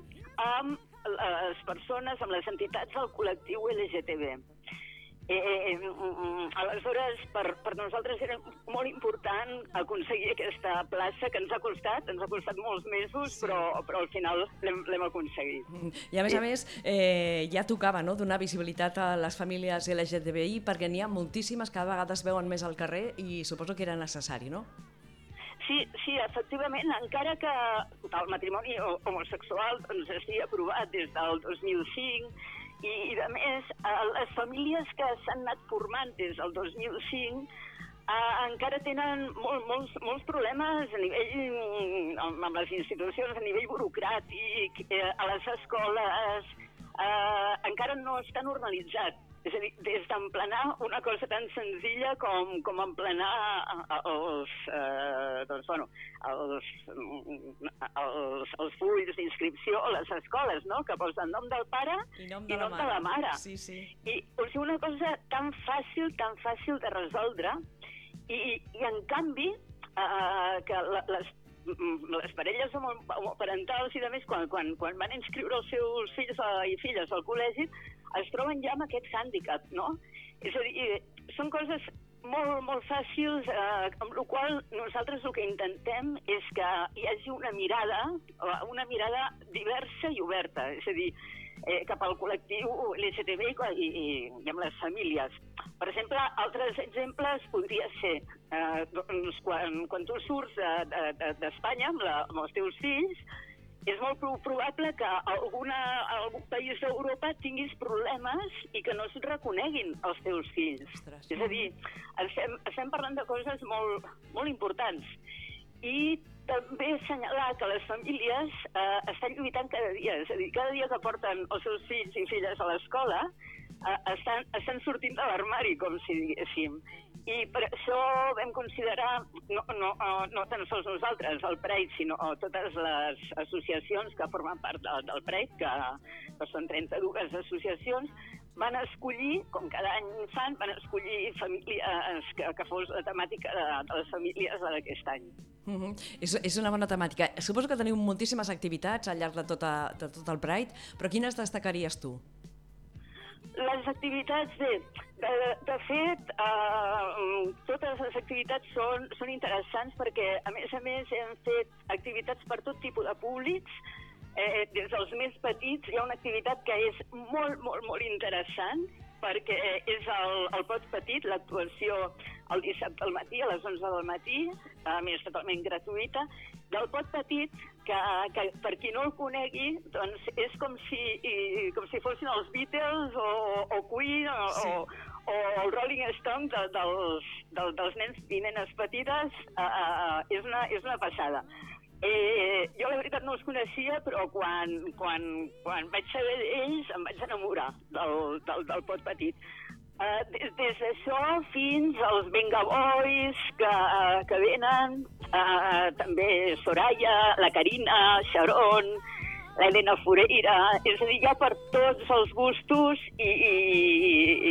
Speaker 5: amb eh, les persones, amb les entitats del col·lectiu LGTB. Eh, eh, mm, aleshores, per, per nosaltres era molt important aconseguir aquesta plaça que ens ha costat, ens ha costat molts mesos, sí. però, però al final l'hem l'hem aconseguit.
Speaker 1: I a més a més, eh, ja tocava no? donar visibilitat a les famílies LGTBI perquè n'hi ha moltíssimes, cada vegada es veuen més al carrer i suposo que era necessari, no?
Speaker 5: Sí, sí, efectivament, encara que el matrimoni ho- homosexual doncs, estigui aprovat des del 2005, i, i a més, eh, les famílies que s'han anat formant des del 2005 eh, encara tenen molt, molts, molts problemes a nivell, mm, amb, amb les institucions, a nivell burocràtic, eh, a les escoles, eh, encara no està normalitzat. És a dir, des d'emplenar una cosa tan senzilla com, com emplenar eh, els, eh, doncs, bueno, els, mm, els, els fulls d'inscripció a les escoles, no? que posa el nom del pare i nom de, la, mare.
Speaker 1: Sí, sí.
Speaker 5: I, o sigui, una cosa tan fàcil, tan fàcil de resoldre, i, i, i en canvi, eh, que la- les, mm, les parelles homo- homoparentals i de més, quan, quan, quan van inscriure els seus fills eh, i filles al col·legi, es troben ja amb aquest hàndicap, no? És a dir, eh, són coses molt, molt fàcils, eh, amb la qual cosa nosaltres el que intentem és que hi hagi una mirada, eh, una mirada diversa i oberta. És a dir, eh, cap al col·lectiu LGTB i, i, i amb les famílies. Per exemple, altres exemples podria ser eh, doncs, quan, quan tu surts de- de- de- d'Espanya amb, la, amb els teus fills, és molt pro- probable que alguna, algun país d'Europa tinguis problemes i que no es reconeguin els teus fills.
Speaker 1: Ostres.
Speaker 5: És a dir, estem, estem parlant de coses molt, molt importants. I també assenyalar que les famílies eh, estan lluitant cada dia. És a dir, cada dia que porten els seus fills i filles a l'escola eh, estan, estan sortint de l'armari, com si diguéssim. I per això vam considerar, no, no, eh, no tan sols nosaltres, el PREIT, sinó eh, totes les associacions que formen part del, del PREIT, que, que són 32 associacions, van escollir, com cada any fan, van escollir famílies que, que fos la temàtica de, de les famílies de d'aquest any.
Speaker 1: Mhm. és, és una bona temàtica. Suposo que teniu moltíssimes activitats al llarg de, tota, de tot el Pride, però quines destacaries tu?
Speaker 5: Les activitats, bé, de, de fet, eh, totes les activitats són, són interessants perquè, a més a més, hem fet activitats per tot tipus de públics. Eh, des dels més petits hi ha una activitat que és molt, molt, molt interessant perquè eh, és el, el pot petit, l'actuació el dissabte al matí, a les 11 del matí, a més totalment gratuïta, del pot petit, que, que per qui no el conegui, doncs és com si, i, i com si fossin els Beatles o, o Queen o, sí. o, o el Rolling Stone de, dels, del, dels nens i nenes petites, uh, uh, és, una, és una passada. Eh, jo la veritat no els coneixia, però quan, quan, quan vaig saber d'ells em vaig enamorar del, del, del pot petit. Eh, des, des d'això fins als Venga Boys que, eh, que venen, eh, també Soraya, la Carina, Sharon, l'Helena Foreira, és a dir, hi ha per tots els gustos i, i,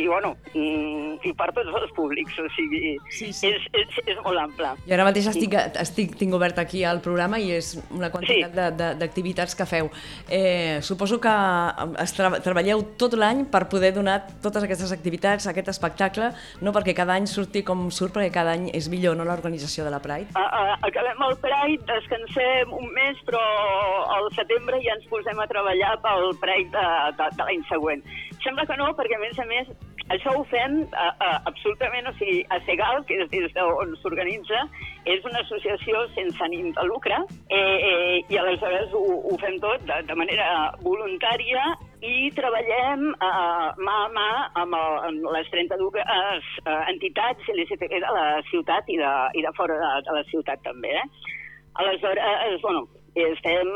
Speaker 5: i, bueno, mm, i per tots els públics, o sigui,
Speaker 1: Sí, sí.
Speaker 5: És, és, és molt ample.
Speaker 1: Jo ara mateix estic, estic, tinc obert aquí al programa i és una quantitat
Speaker 5: Sí.
Speaker 1: sí. d'activitats que feu. Eh, suposo que es tra treballeu tot l'any per poder donar totes aquestes activitats, aquest espectacle, no perquè cada any surti com surt, perquè cada any és millor no l'organització de la Pride.
Speaker 5: Uh, uh, acabem el Pride, descansem un mes, però al setembre ja ens posem a treballar pel Pride de, de, de l'any següent. Sembla que no, perquè a més a més això ho fem uh, uh, absolutament, o sigui, a Segal, que és des d'on s'organitza, és una associació sense ànim de lucre, eh, eh, i aleshores ho, ho fem tot de, de manera voluntària i treballem eh, mà a mà amb, el, amb les 32 eh, entitats LGTB de la ciutat i de, i de fora de, de la ciutat també. Eh? Aleshores, eh, bueno, estem,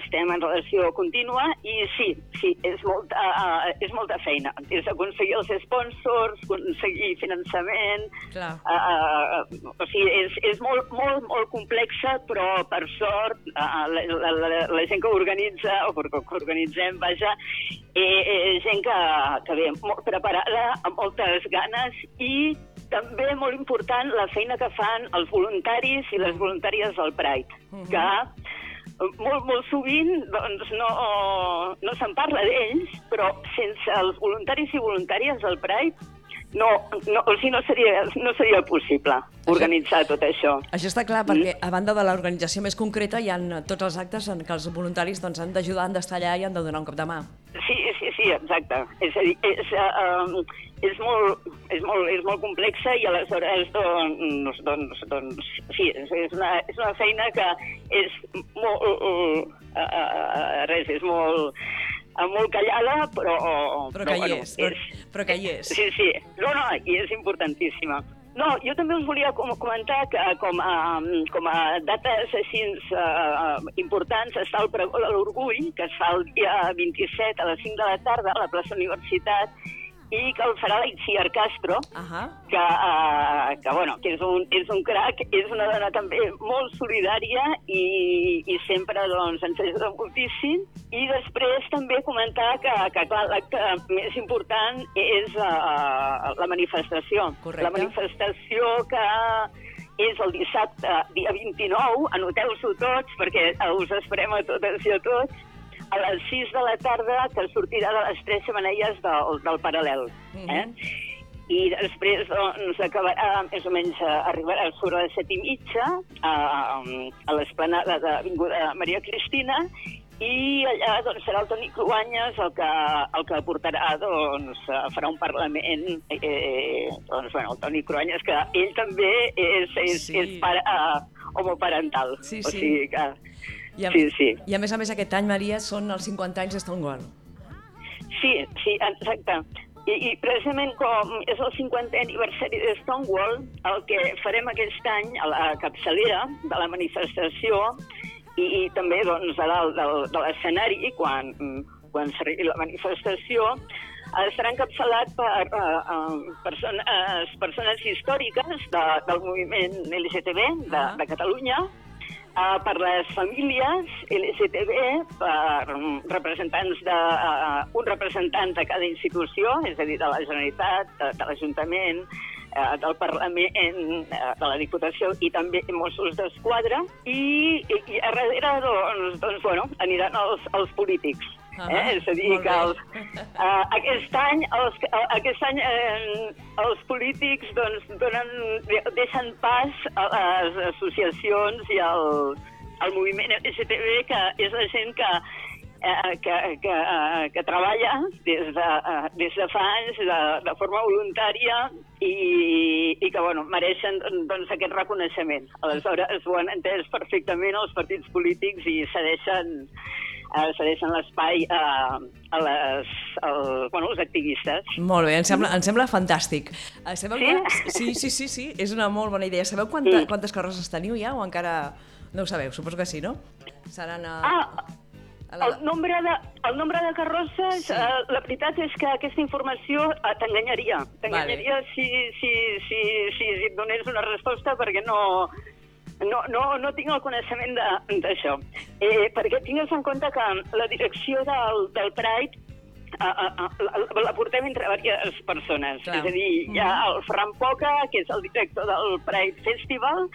Speaker 5: estem en relació contínua i sí, sí, és molta, eh, és molta feina. És aconseguir els sponsors, aconseguir finançament,
Speaker 1: Clar.
Speaker 5: eh, eh, o sigui, és, és molt, molt, molt complexa, però per sort eh, la, la, la, la gent que organitza, o que, que organitzem, vaja, eh, eh, gent que, que ve molt preparada, amb moltes ganes i també molt important la feina que fan els voluntaris i les voluntàries del Pride, que eh, molt, molt sovint doncs, no, no se'n parla d'ells, però sense els voluntaris i voluntàries del Pride no, no, o sigui, no seria, no seria possible organitzar tot això.
Speaker 1: Això està clar perquè, a banda de l'organització més concreta, hi ha tots els actes en què els voluntaris doncs, han d'ajudar, han d'estar allà i han de donar un cop de mà.
Speaker 5: Sí, sí, sí, exacte. És a dir, és, uh, és, molt, és, molt, és molt complexa i aleshores, doncs, doncs, doncs sí, és, és, una, és una feina que és molt... Uh, uh, uh, res, és molt, uh, molt callada, però...
Speaker 1: Però que hi és, però- però que hi és.
Speaker 5: Sí, sí. No, no, i és importantíssima. No, jo també us volia com comentar que eh, com a, com a dates així uh, importants està el Pregó de l'Orgull, que es fa el dia 27 a les 5 de la tarda a la plaça Universitat, i que el farà l'Itziar Castro,
Speaker 1: Ahà.
Speaker 5: que, uh, que, bueno, que és, un, és un crac, és una dona també molt solidària i, i sempre doncs, ens ajuda moltíssim. I després també comentar que, que clar, l'acte més important és uh, la manifestació.
Speaker 1: Correcte.
Speaker 5: La manifestació que és el dissabte, dia 29, anoteu-s'ho tots perquè eh, us esperem a totes i a tots, a les 6 de la tarda que sortirà de les tres xemeneies del, del paral·lel.
Speaker 1: Mhm.
Speaker 5: eh? i després doncs, acabarà, més o menys eh, arribarà sobre les set i mitja a, a l'esplanada de l'Avinguda Maria Cristina I allà doncs, serà el Toni Cruanyes el que, el que portarà, doncs, eh, farà un parlament. Eh, doncs, bueno, el Toni Cruanyes, que ell també és,
Speaker 1: Sí.
Speaker 5: és, sí. és pare, eh, homoparental.
Speaker 1: Sí,
Speaker 5: O
Speaker 1: sí.
Speaker 5: sigui que,
Speaker 1: I a,
Speaker 5: sí, sí.
Speaker 1: I a més a més aquest any, Maria, són els 50 anys de Stonewall.
Speaker 5: Sí, sí, exacte. I, I precisament com és el 50è aniversari de Stonewall, el que farem aquest any a la capçalera de la manifestació i, i també doncs, a dalt del, de l'escenari, quan, mm, quan s'arribi la manifestació, eh, serà encapçalat per eh, eh, persones, persones històriques de, del moviment LGTB de,
Speaker 1: Ah.
Speaker 5: de Catalunya, Uh, per les famílies LGTB, per mm, representants de, uh, un representant de cada institució, és a dir, de la Generalitat, de, de l'Ajuntament, uh, del Parlament, uh, de la Diputació i també Mossos d'Esquadra. I, i, I a darrere, doncs, doncs bueno, aniran els, els polítics.
Speaker 1: Ah,
Speaker 5: eh? És a dir,
Speaker 1: molt
Speaker 5: que
Speaker 1: bé.
Speaker 5: els, uh, aquest any, els, uh, aquest any eh, els polítics doncs, donen, de- deixen pas a les associacions i al, al moviment LGTB, que és la gent que, eh, que, que, eh, que treballa des de, eh, des de fa anys de, de forma voluntària i, i que bueno, mereixen doncs, aquest reconeixement. Aleshores, ho han entès perfectament els partits polítics i cedeixen eh, cedeixen l'espai eh, a les, al, bueno, als activistes.
Speaker 1: Molt bé, em sembla, em sembla fantàstic. Eh, Sabeu
Speaker 5: Mm. Sí?
Speaker 1: quan- Sí, sí, sí, sí, és una molt bona idea. Sabeu quanta,
Speaker 5: Sí.
Speaker 1: quantes carrosses teniu ja o encara... No ho sabeu, suposo que sí, no? Seran a...
Speaker 5: Ah,
Speaker 1: a
Speaker 5: El nombre de, el nombre de carrosses,
Speaker 1: Sí.
Speaker 5: sí. eh, la veritat és que aquesta informació eh, t'enganyaria. T'enganyaria si, si, si, si, si et donés una resposta perquè no... No, no, no tinc el coneixement de- d'això, eh, perquè tingues en compte que la direcció del, del Pride a, a, a, la, la portem entre diverses persones.
Speaker 1: Clar.
Speaker 5: És a dir, hi ha el Ferran Poca, que és el director del Pride Festival,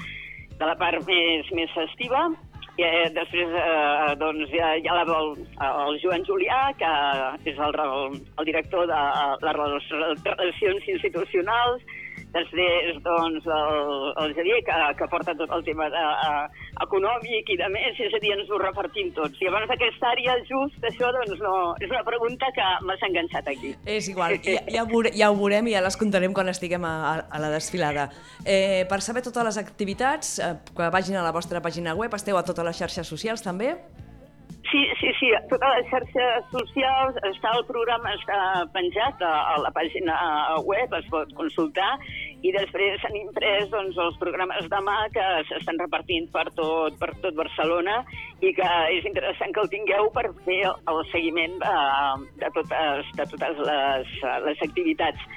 Speaker 5: de la part més, més festiva, i eh, després eh, doncs, hi ha, hi ha la, el, el Joan Julià, que és el, el, el director de les rel- relacions institucionals, després doncs, el, el Javier, que, que porta tot el tema de, eh, econòmic i de més, és a dir, ens ho repartim tots. I abans d'aquesta àrea, just això, doncs no... És una pregunta que m'has enganxat aquí.
Speaker 1: És igual, ja, ja, ho veure, ja ho veurem i ja les contarem quan estiguem a, a, a la desfilada. Eh, per saber totes les activitats, eh, que vagin a la vostra pàgina web, esteu a totes les xarxes socials també?
Speaker 5: Sí, sí, sí, a totes les xarxes socials està el programa està penjat a, a la pàgina web, es pot consultar, i després s'han imprès doncs, els programes de mà que s'estan repartint per tot, per tot Barcelona i que és interessant que el tingueu per fer el, el seguiment de, de totes, de totes les, eh, les activitats.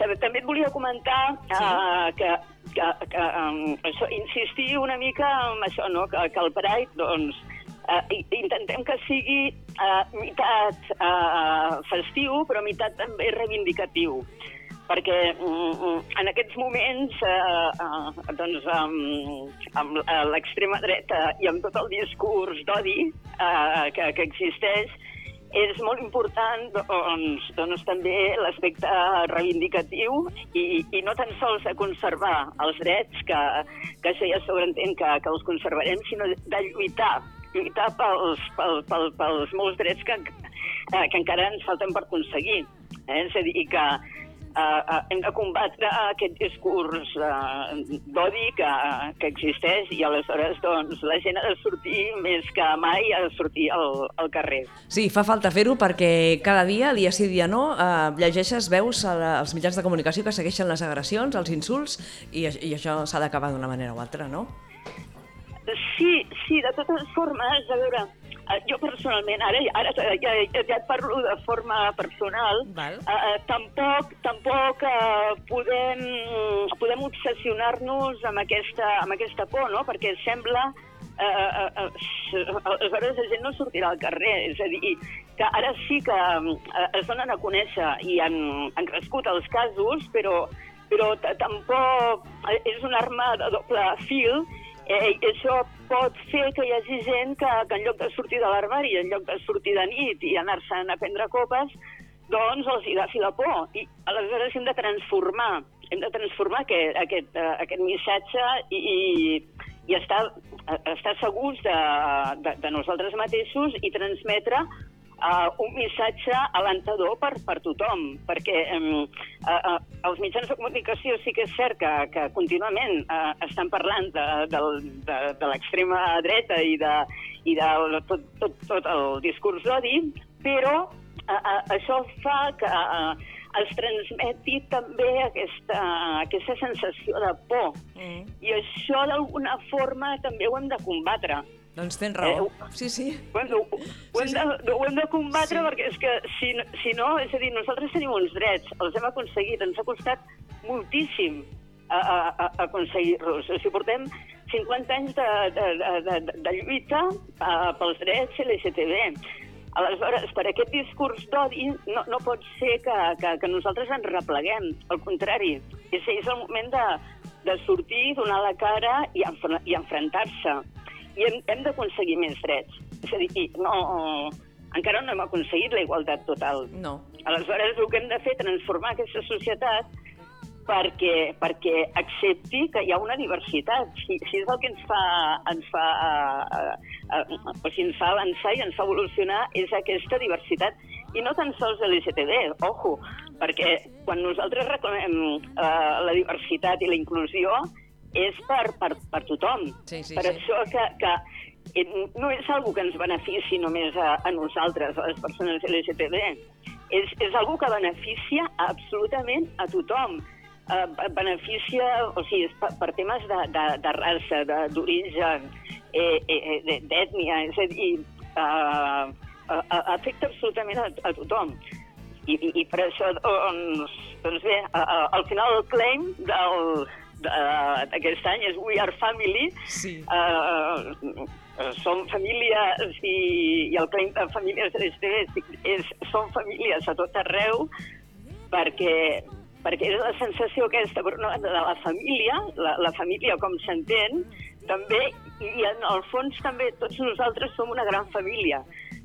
Speaker 5: També, també et volia comentar sí. uh, que, que, que um, això, insistir una mica en això, no? que, que el Pride, doncs, uh, intentem que sigui uh, meitat uh, festiu, però meitat també reivindicatiu perquè mm, mm, en aquests moments eh, eh, doncs, amb, amb eh, l'extrema dreta i amb tot el discurs d'odi eh, que, que existeix, és molt important doncs, doncs, també l'aspecte reivindicatiu i, i no tan sols de conservar els drets, que, que això ja sobreentén que, que els conservarem, sinó de lluitar, lluitar pels, pel, pel, pels molts drets que, eh, que encara ens falten per aconseguir. Eh? És a dir, que eh, hem de combatre aquest discurs eh, d'odi que, que existeix i aleshores doncs, la gent ha de sortir més que mai ha de sortir al, al carrer.
Speaker 1: Sí, fa falta fer-ho perquè cada dia, dia sí, dia no, eh, llegeixes, veus a la- als mitjans de comunicació que segueixen les agressions, els insults, i, a- i això s'ha d'acabar d'una manera o altra, no?
Speaker 5: Sí, sí, de totes formes, a veure, eh, jo personalment, ara, ara ja, ja, ja et parlo de forma personal,
Speaker 1: Val.
Speaker 5: Eh, eh, tampoc tampoc eh, podem, podem obsessionar-nos amb, aquesta, amb aquesta por, no? perquè sembla eh, eh, eh, s- aleshores la gent no sortirà al carrer, és a dir, que ara sí que eh, es donen a conèixer i han, han crescut els casos, però, però t- tampoc eh, és una arma de doble fil eh, i això pot fer que hi hagi gent que, que en lloc de sortir de l'arbari, en lloc de sortir de nit i anar-se'n a prendre copes, doncs els agafi la por. I aleshores hem de transformar, hem de transformar aquest, aquest, eh, aquest missatge i, i, i estar, eh, estar segurs de, de, de nosaltres mateixos i transmetre eh, un missatge alentador per, per tothom, perquè eh, eh, els mitjans de comunicació sí que és cert que, que contínuament eh, estan parlant de, de, de, de l'extrema dreta i de, i de tot, tot, tot el discurs d'odi, però eh, eh, això fa que eh, els transmeti també aquesta, aquesta sensació de por.
Speaker 1: Mm.
Speaker 5: I això d'alguna forma també ho hem de combatre.
Speaker 1: Doncs tens raó.
Speaker 5: Eh,
Speaker 1: Sí, sí.
Speaker 5: Ho hem de, ho ho hem
Speaker 1: Sí,
Speaker 5: de, ho hem de combatre
Speaker 1: Sí.
Speaker 5: perquè és que si, no- si no, és a dir, nosaltres tenim uns drets, els hem aconseguit, ens ha costat moltíssim a, a, a a aconseguir-los. O sigui, portem 50 anys de, de, de, de, de lluita eh, pels drets LGTB. Aleshores, per aquest discurs d'odi no, no pot ser que, que, que nosaltres ens repleguem, al contrari. És, és el moment de, de sortir, donar la cara i, enfre i enfrontar-se. I hem, hem d'aconseguir més drets. És a dir, i no, encara no hem aconseguit la igualtat total.
Speaker 1: No.
Speaker 5: Aleshores, el que hem de fer és transformar aquesta societat perquè, perquè accepti que hi ha una diversitat. Si, si és el que ens fa, ens fa, eh, eh, eh, o sigui, ens fa avançar i ens fa evolucionar, és aquesta diversitat. I no tan sols de l'LGTB, ojo, perquè quan nosaltres reclamem eh, la diversitat i la inclusió és per, per, per tothom.
Speaker 1: Sí, sí,
Speaker 5: per
Speaker 1: sí.
Speaker 5: això que, que eh, no és algo que ens benefici només a, a nosaltres, a les persones LGTB. És, és algo que beneficia absolutament a tothom. Eh, be- beneficia, o sigui, és per, per temes de, de, de raça, de- d'origen, eh, eh, eh, d'ètnia, és a dir, eh, eh, afecta absolutament a, a tothom. I, i, i per això, doncs, doncs bé, a, a, al final el claim del- de- d'aquest any és We are family,
Speaker 1: Sí.
Speaker 5: eh, eh, som famílies i, i el claim de famílies LGTB és som famílies a tot arreu perquè, perquè és la sensació aquesta per una banda de la família, la, la família com s'entén, també, i en el fons també tots nosaltres som una gran família.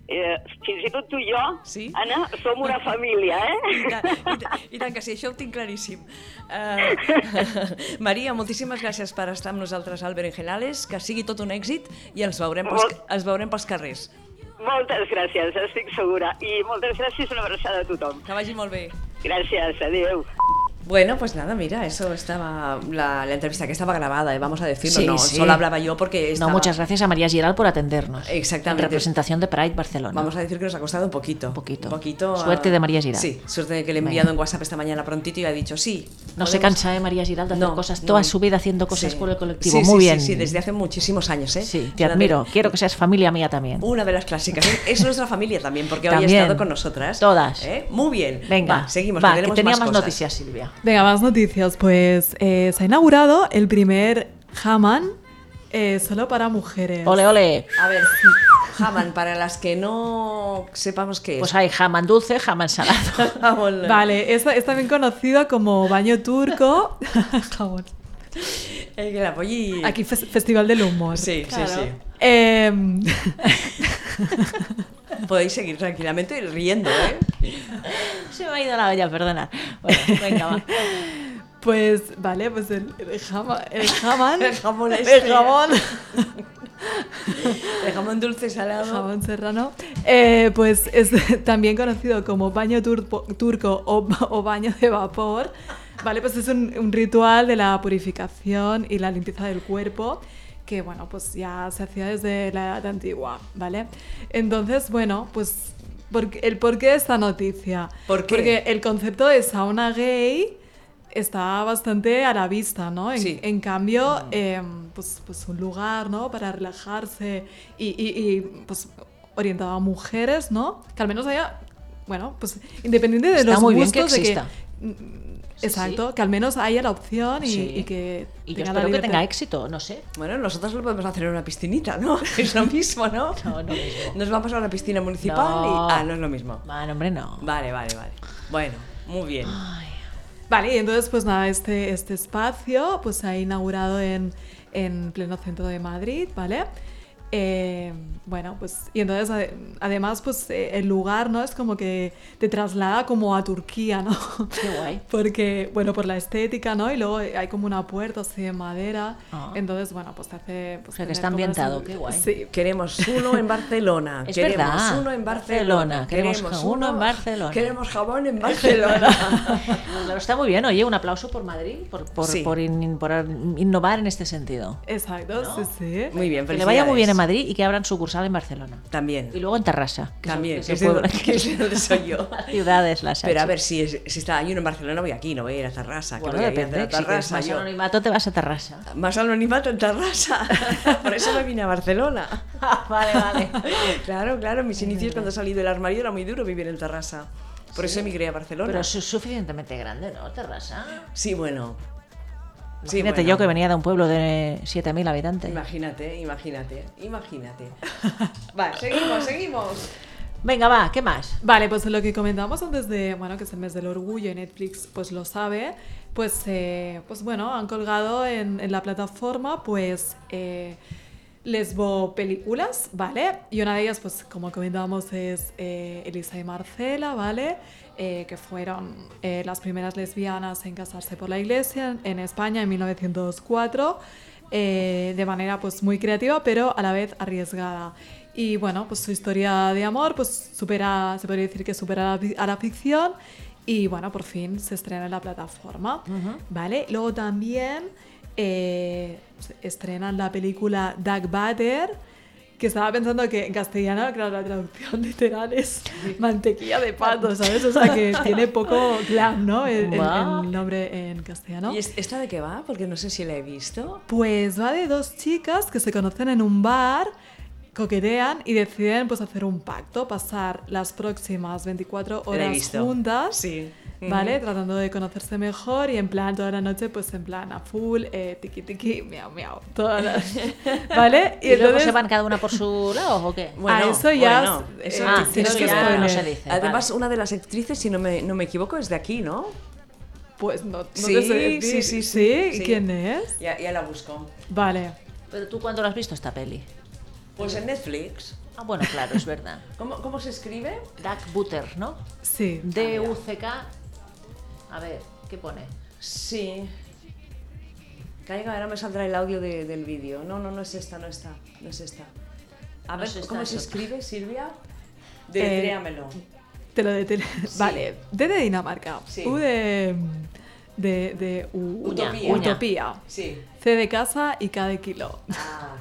Speaker 5: Eh, fins i tot tu i jo,
Speaker 1: Sí.
Speaker 5: Anna, som una família, eh?
Speaker 1: I tant, i tant, i tant que sí, això ho tinc claríssim. Uh, Maria, moltíssimes gràcies per estar amb nosaltres al Berenjenales, que sigui tot un èxit i ens veurem pels,
Speaker 5: Molt.
Speaker 1: ens veurem pels carrers.
Speaker 5: Moltes gràcies, estic segura. I moltes gràcies, una abraçada a tothom.
Speaker 1: Que vagi molt bé.
Speaker 5: Gràcies, adéu.
Speaker 1: Bueno, pues nada, mira, eso estaba la, la entrevista que estaba grabada, eh, vamos a decirlo,
Speaker 2: Sí,
Speaker 1: no,
Speaker 2: sí.
Speaker 1: solo hablaba yo porque estaba...
Speaker 2: No, muchas gracias a María Giral por atendernos.
Speaker 1: Exactamente.
Speaker 2: En representación de Pride Barcelona.
Speaker 1: Vamos a decir que nos ha costado un poquito. Un
Speaker 2: poquito.
Speaker 1: poquito ah,
Speaker 2: Suerte de María Giral.
Speaker 1: Sí, suerte de que le he
Speaker 2: Venga.
Speaker 1: enviado en WhatsApp esta mañana prontito y ha dicho sí.
Speaker 2: no se
Speaker 1: podemos-
Speaker 2: cansa, ¿eh, María Giral, de hacer
Speaker 1: No,
Speaker 2: cosas?
Speaker 1: no.
Speaker 2: Toda su vida haciendo cosas
Speaker 1: Sí.
Speaker 2: por el colectivo.
Speaker 1: Sí,
Speaker 2: Muy
Speaker 1: sí,
Speaker 2: bien.
Speaker 1: Sí, sí, desde hace muchísimos años, ¿eh?
Speaker 2: Sí, te
Speaker 1: Una de-
Speaker 2: admiro. Quiero que seas familia mía también.
Speaker 1: Una de las clásicas. Es nuestra familia también, porque hoy ha
Speaker 2: También.
Speaker 1: estado con nosotras.
Speaker 2: Todas.
Speaker 1: ¿Eh? Muy bien.
Speaker 2: Venga,
Speaker 1: Va, seguimos.
Speaker 2: va,
Speaker 1: que
Speaker 2: que
Speaker 1: tenemos
Speaker 2: tenía más
Speaker 1: cosas.
Speaker 2: noticias, Silvia.
Speaker 3: Venga, más noticias. Pues eh, se ha inaugurado el primer Haman eh, solo para mujeres.
Speaker 2: Ole, ole.
Speaker 1: A ver, Haman, para las que no sepamos qué es.
Speaker 2: Pues hay jamán dulce, jamán salado.
Speaker 1: Vámonos.
Speaker 3: Vale, es, es también conocido como baño turco. Jabón.
Speaker 1: El que la apoye.
Speaker 3: Aquí fes- Festival del Humor.
Speaker 1: Sí, sí, sí.
Speaker 3: Em,
Speaker 1: Podéis seguir tranquilamente riendo, ¿eh?
Speaker 2: Se me ha ido la olla, perdona. Bueno, venga, va.
Speaker 3: pues vale, pues el, el, jama- el jamán.
Speaker 1: El jamón
Speaker 3: El
Speaker 1: este.
Speaker 3: jamón.
Speaker 1: El jamón dulce salado.
Speaker 3: Jamón serrano. Eh, pues es también conocido como baño turpo- turco o, ba- o baño de vapor. Vale, pues es un, un ritual de la purificación y la limpieza del cuerpo que, bueno, pues ya se hacía desde la edad antigua, ¿vale? Entonces, bueno, pues ¿por qué- el por qué esta noticia.
Speaker 1: ¿Por qué?
Speaker 3: Porque el concepto de sauna gay está bastante a la vista, ¿no? En,
Speaker 1: Sí.
Speaker 3: en cambio, em, pues, pues un lugar, ¿no? Para relajarse y, y- y, pues orientado a mujeres, ¿no? Que al menos haya, bueno, pues independiente de
Speaker 2: Está
Speaker 3: los
Speaker 2: muy bien que
Speaker 3: gustos de
Speaker 2: exista.
Speaker 3: que... mm, Exacto, que al menos haya la opción y,
Speaker 2: Sí.
Speaker 3: y que
Speaker 2: Y yo
Speaker 3: tenga la
Speaker 2: espero que
Speaker 3: libertad.
Speaker 2: tenga éxito, no sé.
Speaker 1: Bueno, nosotros lo podemos hacer en una piscinita, ¿no? Es lo mismo, ¿no?
Speaker 2: No, no mismo.
Speaker 1: Nos vamos a una piscina municipal
Speaker 2: No.
Speaker 1: y. Ah, no es lo mismo.
Speaker 2: Bueno, hombre, no.
Speaker 1: Vale, vale, vale. Bueno, muy bien.
Speaker 3: Vale, y entonces pues nada, este, este espacio pues se ha inaugurado en, en pleno centro de Madrid, ¿vale? Eh, bueno, pues, y entonces ade- además, pues eh, el lugar, ¿no? Es como que te traslada como a Turquía, ¿no?
Speaker 2: Qué guay.
Speaker 3: Porque, bueno, por la estética, ¿no? Y luego eh, hay como una puerta así de madera.
Speaker 2: Ah.
Speaker 3: Entonces, bueno, pues te hace...
Speaker 2: O
Speaker 3: Pues,
Speaker 2: sea, que
Speaker 3: tener
Speaker 2: está
Speaker 3: como esa-
Speaker 2: ambientado, qué guay.
Speaker 3: Sí,
Speaker 1: Queremos uno en Barcelona.
Speaker 2: Es
Speaker 1: queremos
Speaker 2: verdad.
Speaker 1: uno en Barcelona.
Speaker 2: Barcelona, queremos uno en Barcelona.
Speaker 1: Queremos jabón en Barcelona.
Speaker 2: Claro, está muy bien, oye, un aplauso por Madrid, por, por,
Speaker 1: Sí.
Speaker 2: por in- por innovar en este sentido.
Speaker 3: Exacto, sí, sí.
Speaker 1: muy bien,
Speaker 2: Que le vaya muy bien
Speaker 1: felicidades.
Speaker 2: en Madrid y que abran sucursal en Barcelona.
Speaker 1: También.
Speaker 2: Y luego en Terrassa. que es el-
Speaker 1: También,
Speaker 2: que es
Speaker 1: que
Speaker 2: el
Speaker 1: es
Speaker 2: pueblo-
Speaker 1: de- que es donde soy yo.
Speaker 2: La ciudad es la Sánchez.
Speaker 1: Pero a ver, si, es- si está hay uno en Barcelona, voy aquí, no voy a ir a Tarrasa.
Speaker 2: bueno,
Speaker 1: que voy
Speaker 2: depende.
Speaker 1: a ir a
Speaker 2: si quieres
Speaker 1: Tarrasa.
Speaker 2: más
Speaker 1: yo.
Speaker 2: anonimato te vas a Terrassa.
Speaker 1: Más anonimato en Tarrasa. Por eso me vine a Barcelona.
Speaker 2: vale, vale.
Speaker 1: Claro, claro, mis inicios cuando salí del armario era muy duro vivir en Tarrasa. Por eso emigré a Barcelona.
Speaker 2: Pero es su- suficientemente grande, ¿no? Terrassa.
Speaker 1: Sí, bueno. Sí,
Speaker 2: Imagínate
Speaker 1: bueno.
Speaker 2: yo que venía de un pueblo de 7.000 habitantes.
Speaker 1: Imagínate, imagínate, imagínate. Va, seguimos, seguimos.
Speaker 2: Venga, va, ¿qué más?
Speaker 3: Vale, pues lo que comentamos antes de, bueno, que es el mes del orgullo y Netflix pues lo sabe, pues, eh, pues bueno, han colgado en, en la plataforma pues eh, lesbo películas, ¿vale? Y una de ellas pues como comentábamos es eh, Elisa y Marcela, ¿vale? Eh, que fueron eh, las primeras lesbianas en casarse por la iglesia en, en España en 1904. eh, de manera pues muy creativa pero a la vez arriesgada y bueno, pues su historia de amor pues supera, se podría decir que supera a la, fi- a la ficción y bueno, por fin se estrena en la plataforma, ¿vale? Luego también eh, se estrenan la película Dark Butter, que estaba pensando que en castellano, claro, la traducción literal es mantequilla de pato, ¿sabes? O sea, que tiene poco glam, ¿no? El, el-
Speaker 2: Guau.
Speaker 3: el nombre en castellano.
Speaker 1: ¿Y es- esta de qué va? Porque no sé si la he visto.
Speaker 3: Pues va de dos chicas que se conocen en un bar, coquetean y deciden pues hacer un pacto, pasar las próximas 24
Speaker 1: La he
Speaker 3: horas
Speaker 1: visto.
Speaker 3: juntas.
Speaker 1: Sí.
Speaker 3: ¿Vale? Tratando de conocerse mejor y en plan toda la noche, pues en plan a full, eh, tiqui tiqui, miau miau, todas las- ¿Vale?
Speaker 2: ¿Y, luego se van cada una por su lado o qué?
Speaker 3: Bueno, eso ya es-
Speaker 1: eso
Speaker 3: eh,
Speaker 1: no
Speaker 2: ah,
Speaker 1: dice
Speaker 3: tienes
Speaker 2: eso
Speaker 3: que
Speaker 2: ya
Speaker 3: spoiler.
Speaker 2: no se dice.
Speaker 1: Además,
Speaker 2: vale.
Speaker 1: una de las actrices, si no me, no me equivoco, es de aquí, ¿no?
Speaker 3: Pues no, no te
Speaker 1: Sí,
Speaker 3: sé
Speaker 1: sí,
Speaker 3: decir.
Speaker 1: sí, sí, sí.
Speaker 3: ¿Quién es?
Speaker 1: Ya, ya la busco.
Speaker 3: Vale.
Speaker 2: Pero tú cuándo lo has visto esta peli?
Speaker 1: Pues en Netflix.
Speaker 2: Ah, bueno, claro, es verdad.
Speaker 1: ¿Cómo, cómo se escribe?
Speaker 2: Duck Butter, ¿no?
Speaker 3: Sí.
Speaker 2: D-U-C-K. A ver, ¿qué pone?
Speaker 1: Sí. Caiga, ahora me saldrá el audio de- del vídeo. No, no, no es esta, no está. No es esta. A
Speaker 2: No
Speaker 1: ver,
Speaker 2: es esta,
Speaker 1: ¿cómo
Speaker 2: es
Speaker 1: se
Speaker 2: otra.
Speaker 1: escribe, Silvia?
Speaker 3: Eh,
Speaker 1: Deletréamelo.
Speaker 3: Te lo de te- Vale, D de Dinamarca,
Speaker 1: Sí.
Speaker 3: U de, de, de U-
Speaker 2: Uña,
Speaker 3: utopía.
Speaker 2: uña.
Speaker 3: Utopía.
Speaker 1: Sí.
Speaker 3: C de casa y K de kilo.
Speaker 1: Ah.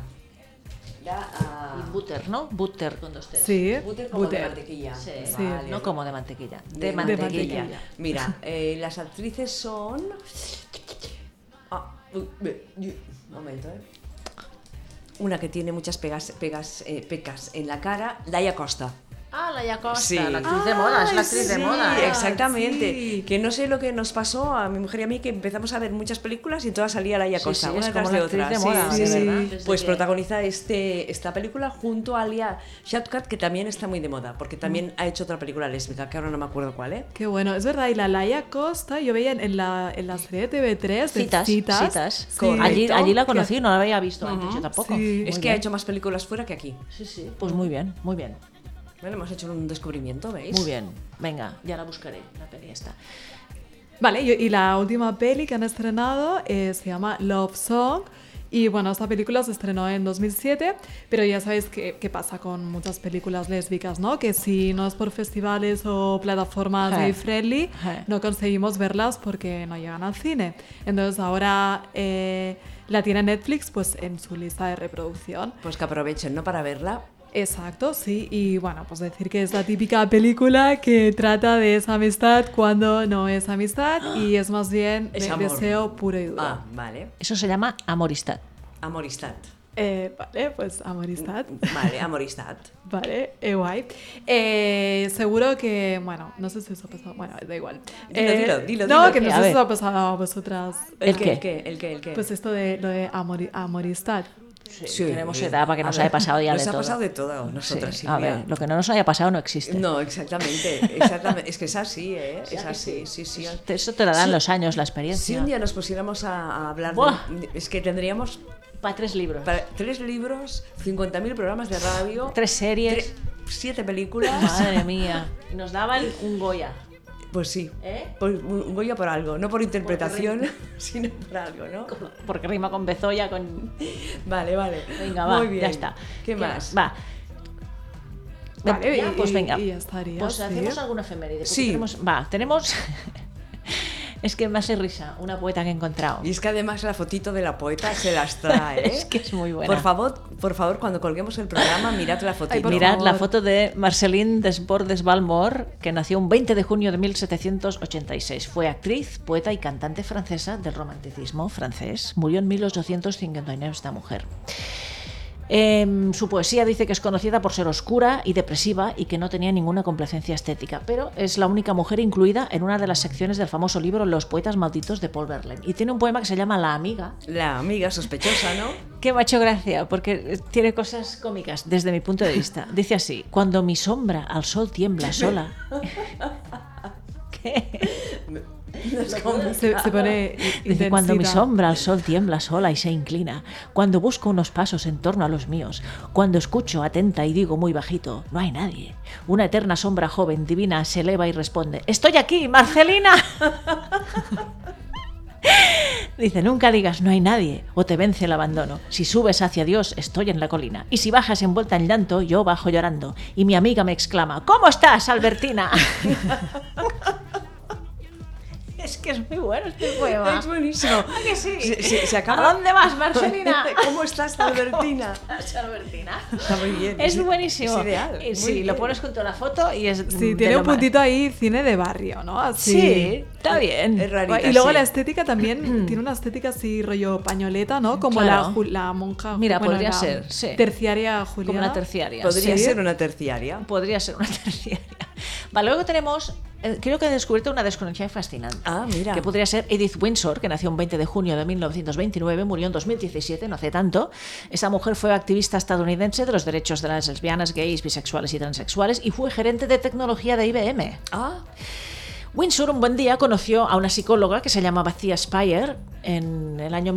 Speaker 1: Ya, ah.
Speaker 2: Y Butter, ¿no? Butter con dos T's.
Speaker 3: Sí,
Speaker 1: Butter como de
Speaker 3: butter.
Speaker 1: mantequilla.
Speaker 2: Sí,
Speaker 3: Sí.
Speaker 1: Vale.
Speaker 2: no como de mantequilla, de,
Speaker 1: De
Speaker 2: mantequilla.
Speaker 1: mantequilla.
Speaker 3: mantequilla.
Speaker 1: Mira, eh, las actrices son. Ah, uy, ve, y- un momento, eh. Una que tiene muchas pegas, pegas, eh, pecas en la cara, Daya Costa.
Speaker 2: Ah, la Yacosta,
Speaker 1: Sí.
Speaker 2: la actriz de moda, es la actriz de
Speaker 1: Sí,
Speaker 2: moda. ¿eh?
Speaker 1: exactamente.
Speaker 3: sí.
Speaker 1: Que no sé lo que nos pasó a mi mujer y a mí, que empezamos a ver muchas películas y en todas salía Laia
Speaker 2: Sí,
Speaker 1: Costa,
Speaker 2: sí,
Speaker 1: una
Speaker 2: es
Speaker 1: tras
Speaker 2: como
Speaker 1: de
Speaker 2: la actriz
Speaker 1: otra.
Speaker 2: de
Speaker 1: Sí,
Speaker 2: moda,
Speaker 1: sí,
Speaker 3: de
Speaker 1: sí.
Speaker 3: verdad,
Speaker 2: desde
Speaker 1: Pues
Speaker 2: que-
Speaker 1: protagoniza este, esta película junto a Alia Shadkat, que también está muy de moda, porque también ha hecho otra película lésbica, que ahora no me acuerdo cuál, ¿eh?
Speaker 3: Qué bueno, es verdad. Y la Laia Costa, yo veía en, en la, en la serie de TV3 de
Speaker 2: Citas, citas.
Speaker 1: Correcto.
Speaker 2: Allí, allí la
Speaker 3: que-
Speaker 2: conocí, no la había visto antes, yo tampoco.
Speaker 3: Sí.
Speaker 2: Muy
Speaker 1: es que ha
Speaker 2: bien.
Speaker 1: hecho más películas fuera que aquí.
Speaker 2: Sí, sí, pues muy bien, muy bien.
Speaker 1: Bueno, hemos hecho un descubrimiento, ¿veis?
Speaker 2: Muy bien, venga, ya la buscaré, la peli esta.
Speaker 3: Vale, y, y la última peli que han estrenado eh, se llama Love Song. Y bueno, esta película se estrenó en 2007, pero ya sabéis qué qué pasa con muchas películas lésbicas, ¿no? Que si no es por festivales o plataformas
Speaker 2: Je.
Speaker 3: gay friendly,
Speaker 2: Je.
Speaker 3: no conseguimos verlas porque no llegan al cine. Entonces ahora eh, la tiene Netflix pues en su lista de reproducción.
Speaker 1: Pues que aprovechen, ¿no? Para verla.
Speaker 3: Exacto, sí, y bueno, pues decir que es la típica película que trata de esa amistad cuando no es amistad y es más bien
Speaker 1: Es
Speaker 3: de-
Speaker 1: amor.
Speaker 3: deseo puro y duro.
Speaker 1: Ah, vale.
Speaker 2: Eso se llama Amoristad.
Speaker 1: Amoristat.
Speaker 3: Eh, vale, pues amoristad.
Speaker 1: Vale, Amoristat.
Speaker 3: Vale, eh, guay. Eh, seguro que, bueno, no sé si os ha pasado, bueno, da igual.
Speaker 1: Dilo,
Speaker 3: Eh,
Speaker 1: dilo, dilo,
Speaker 3: No,
Speaker 1: dilo. Eh.
Speaker 3: que no
Speaker 2: A
Speaker 3: sé si os
Speaker 2: ver.
Speaker 3: ha pasado a vosotras.
Speaker 2: ¿El qué?
Speaker 1: ¿El qué? ¿El qué? ¿El qué?
Speaker 3: Pues esto de lo de amori- amoristad.
Speaker 2: Sí,
Speaker 1: Sí.
Speaker 2: tenemos edad para que
Speaker 1: A
Speaker 2: nos
Speaker 1: ver,
Speaker 2: haya pasado ya
Speaker 1: nos
Speaker 2: de
Speaker 1: ha
Speaker 2: todo.
Speaker 1: pasado de todo, nosotras,
Speaker 2: Sí,
Speaker 1: Silvia.
Speaker 2: A ver, lo que no nos haya pasado no existe.
Speaker 1: No, exactamente, exactamente. Es que es así, ¿eh? Es así, sí, sí.
Speaker 2: Te- Eso te la dan los años, la
Speaker 1: Si
Speaker 2: experiencia.
Speaker 1: un día nos pusiéramos a, a hablar, de-
Speaker 2: Buah.
Speaker 1: es que tendríamos
Speaker 2: Per tres llibres.
Speaker 1: Para tres libros, 50.000 programas de radio,
Speaker 2: Tres sèries.
Speaker 1: tre- siete películas.
Speaker 2: Madre mía. Y nos daban un Goya.
Speaker 1: Pues sí.
Speaker 2: ¿Eh?
Speaker 1: Por, un Goya por algo, no por interpretación, sino por algo, ¿no?
Speaker 2: Porque rima con Bezoya, con...
Speaker 1: Vale, vale.
Speaker 2: Venga, va,
Speaker 1: Muy bien.
Speaker 2: ya está.
Speaker 1: ¿Qué más?
Speaker 2: Va.
Speaker 3: Vale,
Speaker 2: Ya,
Speaker 3: y-
Speaker 2: pues
Speaker 3: y-
Speaker 2: venga.
Speaker 3: y ya estaría,
Speaker 2: Pues
Speaker 3: sí.
Speaker 2: hacemos alguna efeméride. porque
Speaker 1: Sí.
Speaker 2: Tenemos, va, tenemos... es que me hace risa una poeta que he encontrado.
Speaker 1: Y es que además la fotito de la poeta se las trae. ¿eh?
Speaker 2: Es que es muy buena.
Speaker 1: Por favor, por favor, cuando colguemos el programa, mirad la fotito.
Speaker 3: Ay, por
Speaker 2: Mirad la
Speaker 3: favor.
Speaker 2: foto de Marceline Desbordes Balmor, que nació un 20 de junio de 1786. Fue actriz, poeta y cantante francesa del romanticismo francés. Murió en 1859 esta mujer. Em, su poesía dice que es conocida por ser oscura y depresiva y que no tenía ninguna complacencia estética, pero es la única mujer incluida en una de las secciones del famoso libro Los poetas malditos de Paul Verlaine. Y tiene un poema que se llama La amiga,
Speaker 1: La amiga sospechosa, ¿no?
Speaker 2: que me ha hecho gracia, porque tiene cosas cómicas desde mi punto de vista. Dice así, cuando mi sombra al sol tiembla sola. ¿Qué?
Speaker 3: Se, se pone
Speaker 2: Dice, cuando mi
Speaker 3: intensita.
Speaker 2: sombra al sol tiembla sola y se inclina, cuando busco unos pasos en torno a los míos, cuando escucho atenta y digo muy bajito, no hay nadie. Una eterna sombra joven, divina, se eleva y responde, estoy aquí, Marcelina. Dice, nunca digas no hay nadie o te vence el abandono. Si subes hacia Dios, estoy en la colina. Y si bajas envuelta en llanto, yo bajo llorando. Y mi amiga me exclama, ¿cómo estás, Albertina? es que es muy bueno este poema.
Speaker 1: Es buenísimo.
Speaker 2: ¿A Ah, que sí?
Speaker 1: Se, se- se acaba.
Speaker 2: ¿A dónde vas, Marcelina?
Speaker 1: ¿Cómo estás, Albertina?
Speaker 2: Albertina?
Speaker 1: Está muy bien.
Speaker 2: Es buenísimo.
Speaker 1: Es ideal.
Speaker 2: Y
Speaker 1: muy
Speaker 2: sí,
Speaker 1: bien.
Speaker 2: lo pones junto a la foto y es.
Speaker 3: Sí,
Speaker 2: mm,
Speaker 3: tiene
Speaker 2: de lo
Speaker 3: un
Speaker 2: más.
Speaker 3: puntito ahí cine de barrio, ¿no? Así.
Speaker 2: Sí, está bien.
Speaker 1: Es rarita,
Speaker 3: y luego
Speaker 1: sí.
Speaker 3: la estética también tiene una estética así rollo pañoleta, ¿no? Como
Speaker 2: Claro.
Speaker 3: la, ju- la monja.
Speaker 2: Mira,
Speaker 3: bueno,
Speaker 2: podría
Speaker 3: la
Speaker 2: ser, sí.
Speaker 3: Terciaria Juliana.
Speaker 2: Como una terciaria.
Speaker 1: Podría
Speaker 3: Sí.
Speaker 1: ser una terciaria.
Speaker 2: podría ser una terciaria. Vale, luego tenemos, eh, creo que he descubierto una desconexión fascinante.
Speaker 1: Ah, mira.
Speaker 2: Que podría ser Edith Windsor, que nació un 20 de junio de 1929, murió en 2017, no hace tanto. Esta mujer fue activista estadounidense de los derechos de las lesbianas, gays, bisexuales y transexuales y fue gerente de tecnología de IBM.
Speaker 1: Ah,
Speaker 2: Windsor un buen día conoció a una psicóloga que se llamaba Thea Spire en el año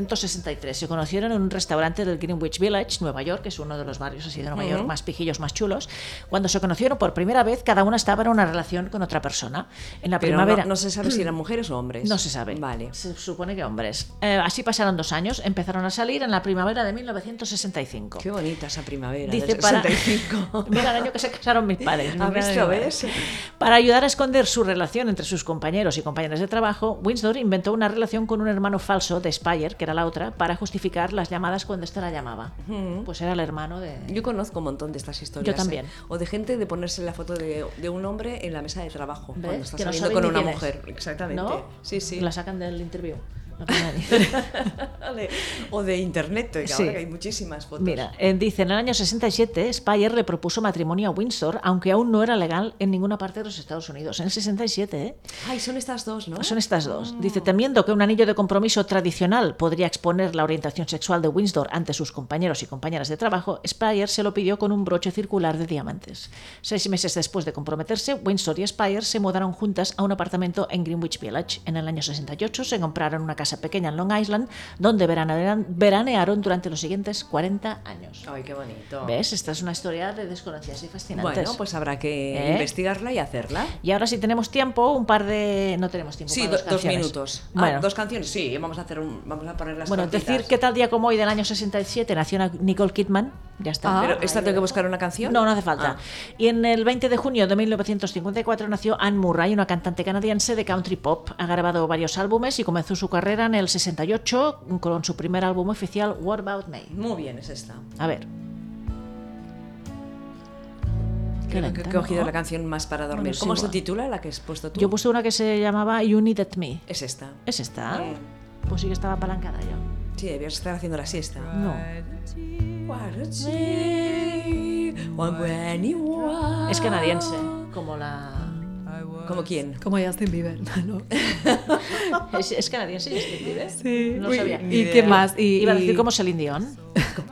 Speaker 2: 1963. Se conocieron en un restaurante del Greenwich Village, Nueva York, que es uno de los barrios así de Nueva York más pijillos, más chulos. Cuando se conocieron por primera vez, cada una estaba en una relación con otra persona. En la
Speaker 1: pero no-
Speaker 2: primavera
Speaker 1: No, se sabe si eran mujeres o hombres.
Speaker 2: no se sabe.
Speaker 1: Vale.
Speaker 2: Se supone que hombres. Eh, así pasaron dos años. Empezaron a salir en la primavera de 1965.
Speaker 1: Qué bonita esa primavera.
Speaker 2: Dice
Speaker 1: del
Speaker 2: para.
Speaker 1: 65.
Speaker 2: Mira el año que se casaron mis padres.
Speaker 1: ¿Has
Speaker 2: Mira,
Speaker 1: visto,
Speaker 2: mira.
Speaker 1: ves?
Speaker 2: Para ayudar a esconder su relación entre sus compañeros y compañeras de trabajo, Winsor inventó una relación con un hermano falso de Spire, que era la otra, para justificar las llamadas cuando ésta la llamaba. Pues era el hermano de.
Speaker 1: Yo conozco un montón de estas historias.
Speaker 2: Yo también.
Speaker 1: ¿eh? O de gente de ponerse la foto de, de un hombre en la mesa de trabajo
Speaker 2: ¿Ves?
Speaker 1: cuando está
Speaker 2: Que no
Speaker 1: saliendo
Speaker 2: saben
Speaker 1: con
Speaker 2: ni
Speaker 1: una
Speaker 2: quién es.
Speaker 1: mujer. Exactamente.
Speaker 2: ¿No?
Speaker 1: Sí, sí.
Speaker 2: La sacan del interview. No pasa nada.
Speaker 1: Vale. O de internet, que
Speaker 2: Sí.
Speaker 1: ahora que hay muchísimas fotos.
Speaker 2: Mira, eh, dice, en el año 67 Spire le propuso matrimonio a Windsor, aunque aún no era legal en ninguna parte de los Estados Unidos. En el 67, ¿eh?
Speaker 1: Ay, son estas dos, ¿no?
Speaker 2: Son estas dos. Dice, temiendo que un anillo de compromiso tradicional podría exponer la orientación sexual de Windsor ante sus compañeros y compañeras de trabajo, Spire se lo pidió con un broche circular de diamantes. Seis meses después de comprometerse, Windsor y Spire se mudaron juntas a un apartamento en Greenwich Village. En el año 68 se compraron una casa pequeña en Long Island, donde veranearon- veranearon durante los siguientes 40 años.
Speaker 1: Ay, qué bonito.
Speaker 2: ¿Ves? Esta es una historia de desconocidas y fascinantes.
Speaker 1: Bueno, pues habrá que
Speaker 2: ¿Eh?
Speaker 1: investigarla y hacerla.
Speaker 2: Y ahora si tenemos tiempo, un par de... No tenemos tiempo
Speaker 1: Sí,
Speaker 2: para
Speaker 1: do-
Speaker 2: dos
Speaker 1: dos
Speaker 2: canciones.
Speaker 1: minutos. Ah,
Speaker 2: Bueno,
Speaker 1: dos canciones. Sí, vamos a hacer un, vamos a poner las
Speaker 2: bueno
Speaker 1: cortitas.
Speaker 2: decir que tal día como hoy del año 67 nació na- Nicole Kidman. Ya está.
Speaker 1: Pero esta tengo que buscar una canción.
Speaker 2: Ah, No, no hace falta.
Speaker 1: Ah.
Speaker 2: Y en el 20 de junio de 1954 nació Anne Murray, una cantante canadiense de country pop. Ha grabado varios álbumes y comenzó su carrera en el 68 con su primer álbum oficial, What About Me.
Speaker 1: Muy bien, es esta.
Speaker 2: A ver. Qué
Speaker 1: Creo que
Speaker 2: lenta,
Speaker 1: he cogido
Speaker 2: ¿no?
Speaker 1: la canción más para dormir.
Speaker 2: Bueno, es
Speaker 1: ¿Cómo se
Speaker 2: igual.
Speaker 1: titula la que has puesto tú?
Speaker 2: Yo puse una que se llamaba You Needed Me.
Speaker 1: Es esta.
Speaker 2: ¿Es esta?
Speaker 1: Mm.
Speaker 2: Pues sí que estaba apalancada yo.
Speaker 1: Sí, debías estar haciendo la siesta.
Speaker 2: No.
Speaker 1: Ah.
Speaker 2: Es canadiense, como la...
Speaker 1: ¿Como quién?
Speaker 3: Como Justin Bieber, ¿no?
Speaker 2: És, és canadiense, i Stevie, eh?
Speaker 3: Sí.
Speaker 2: No
Speaker 3: Uy,
Speaker 2: sabía.
Speaker 1: Ni
Speaker 3: ¿Y
Speaker 1: idea.
Speaker 3: qué más? Y,
Speaker 2: Iba a decir
Speaker 3: y-
Speaker 2: como Celine Dion.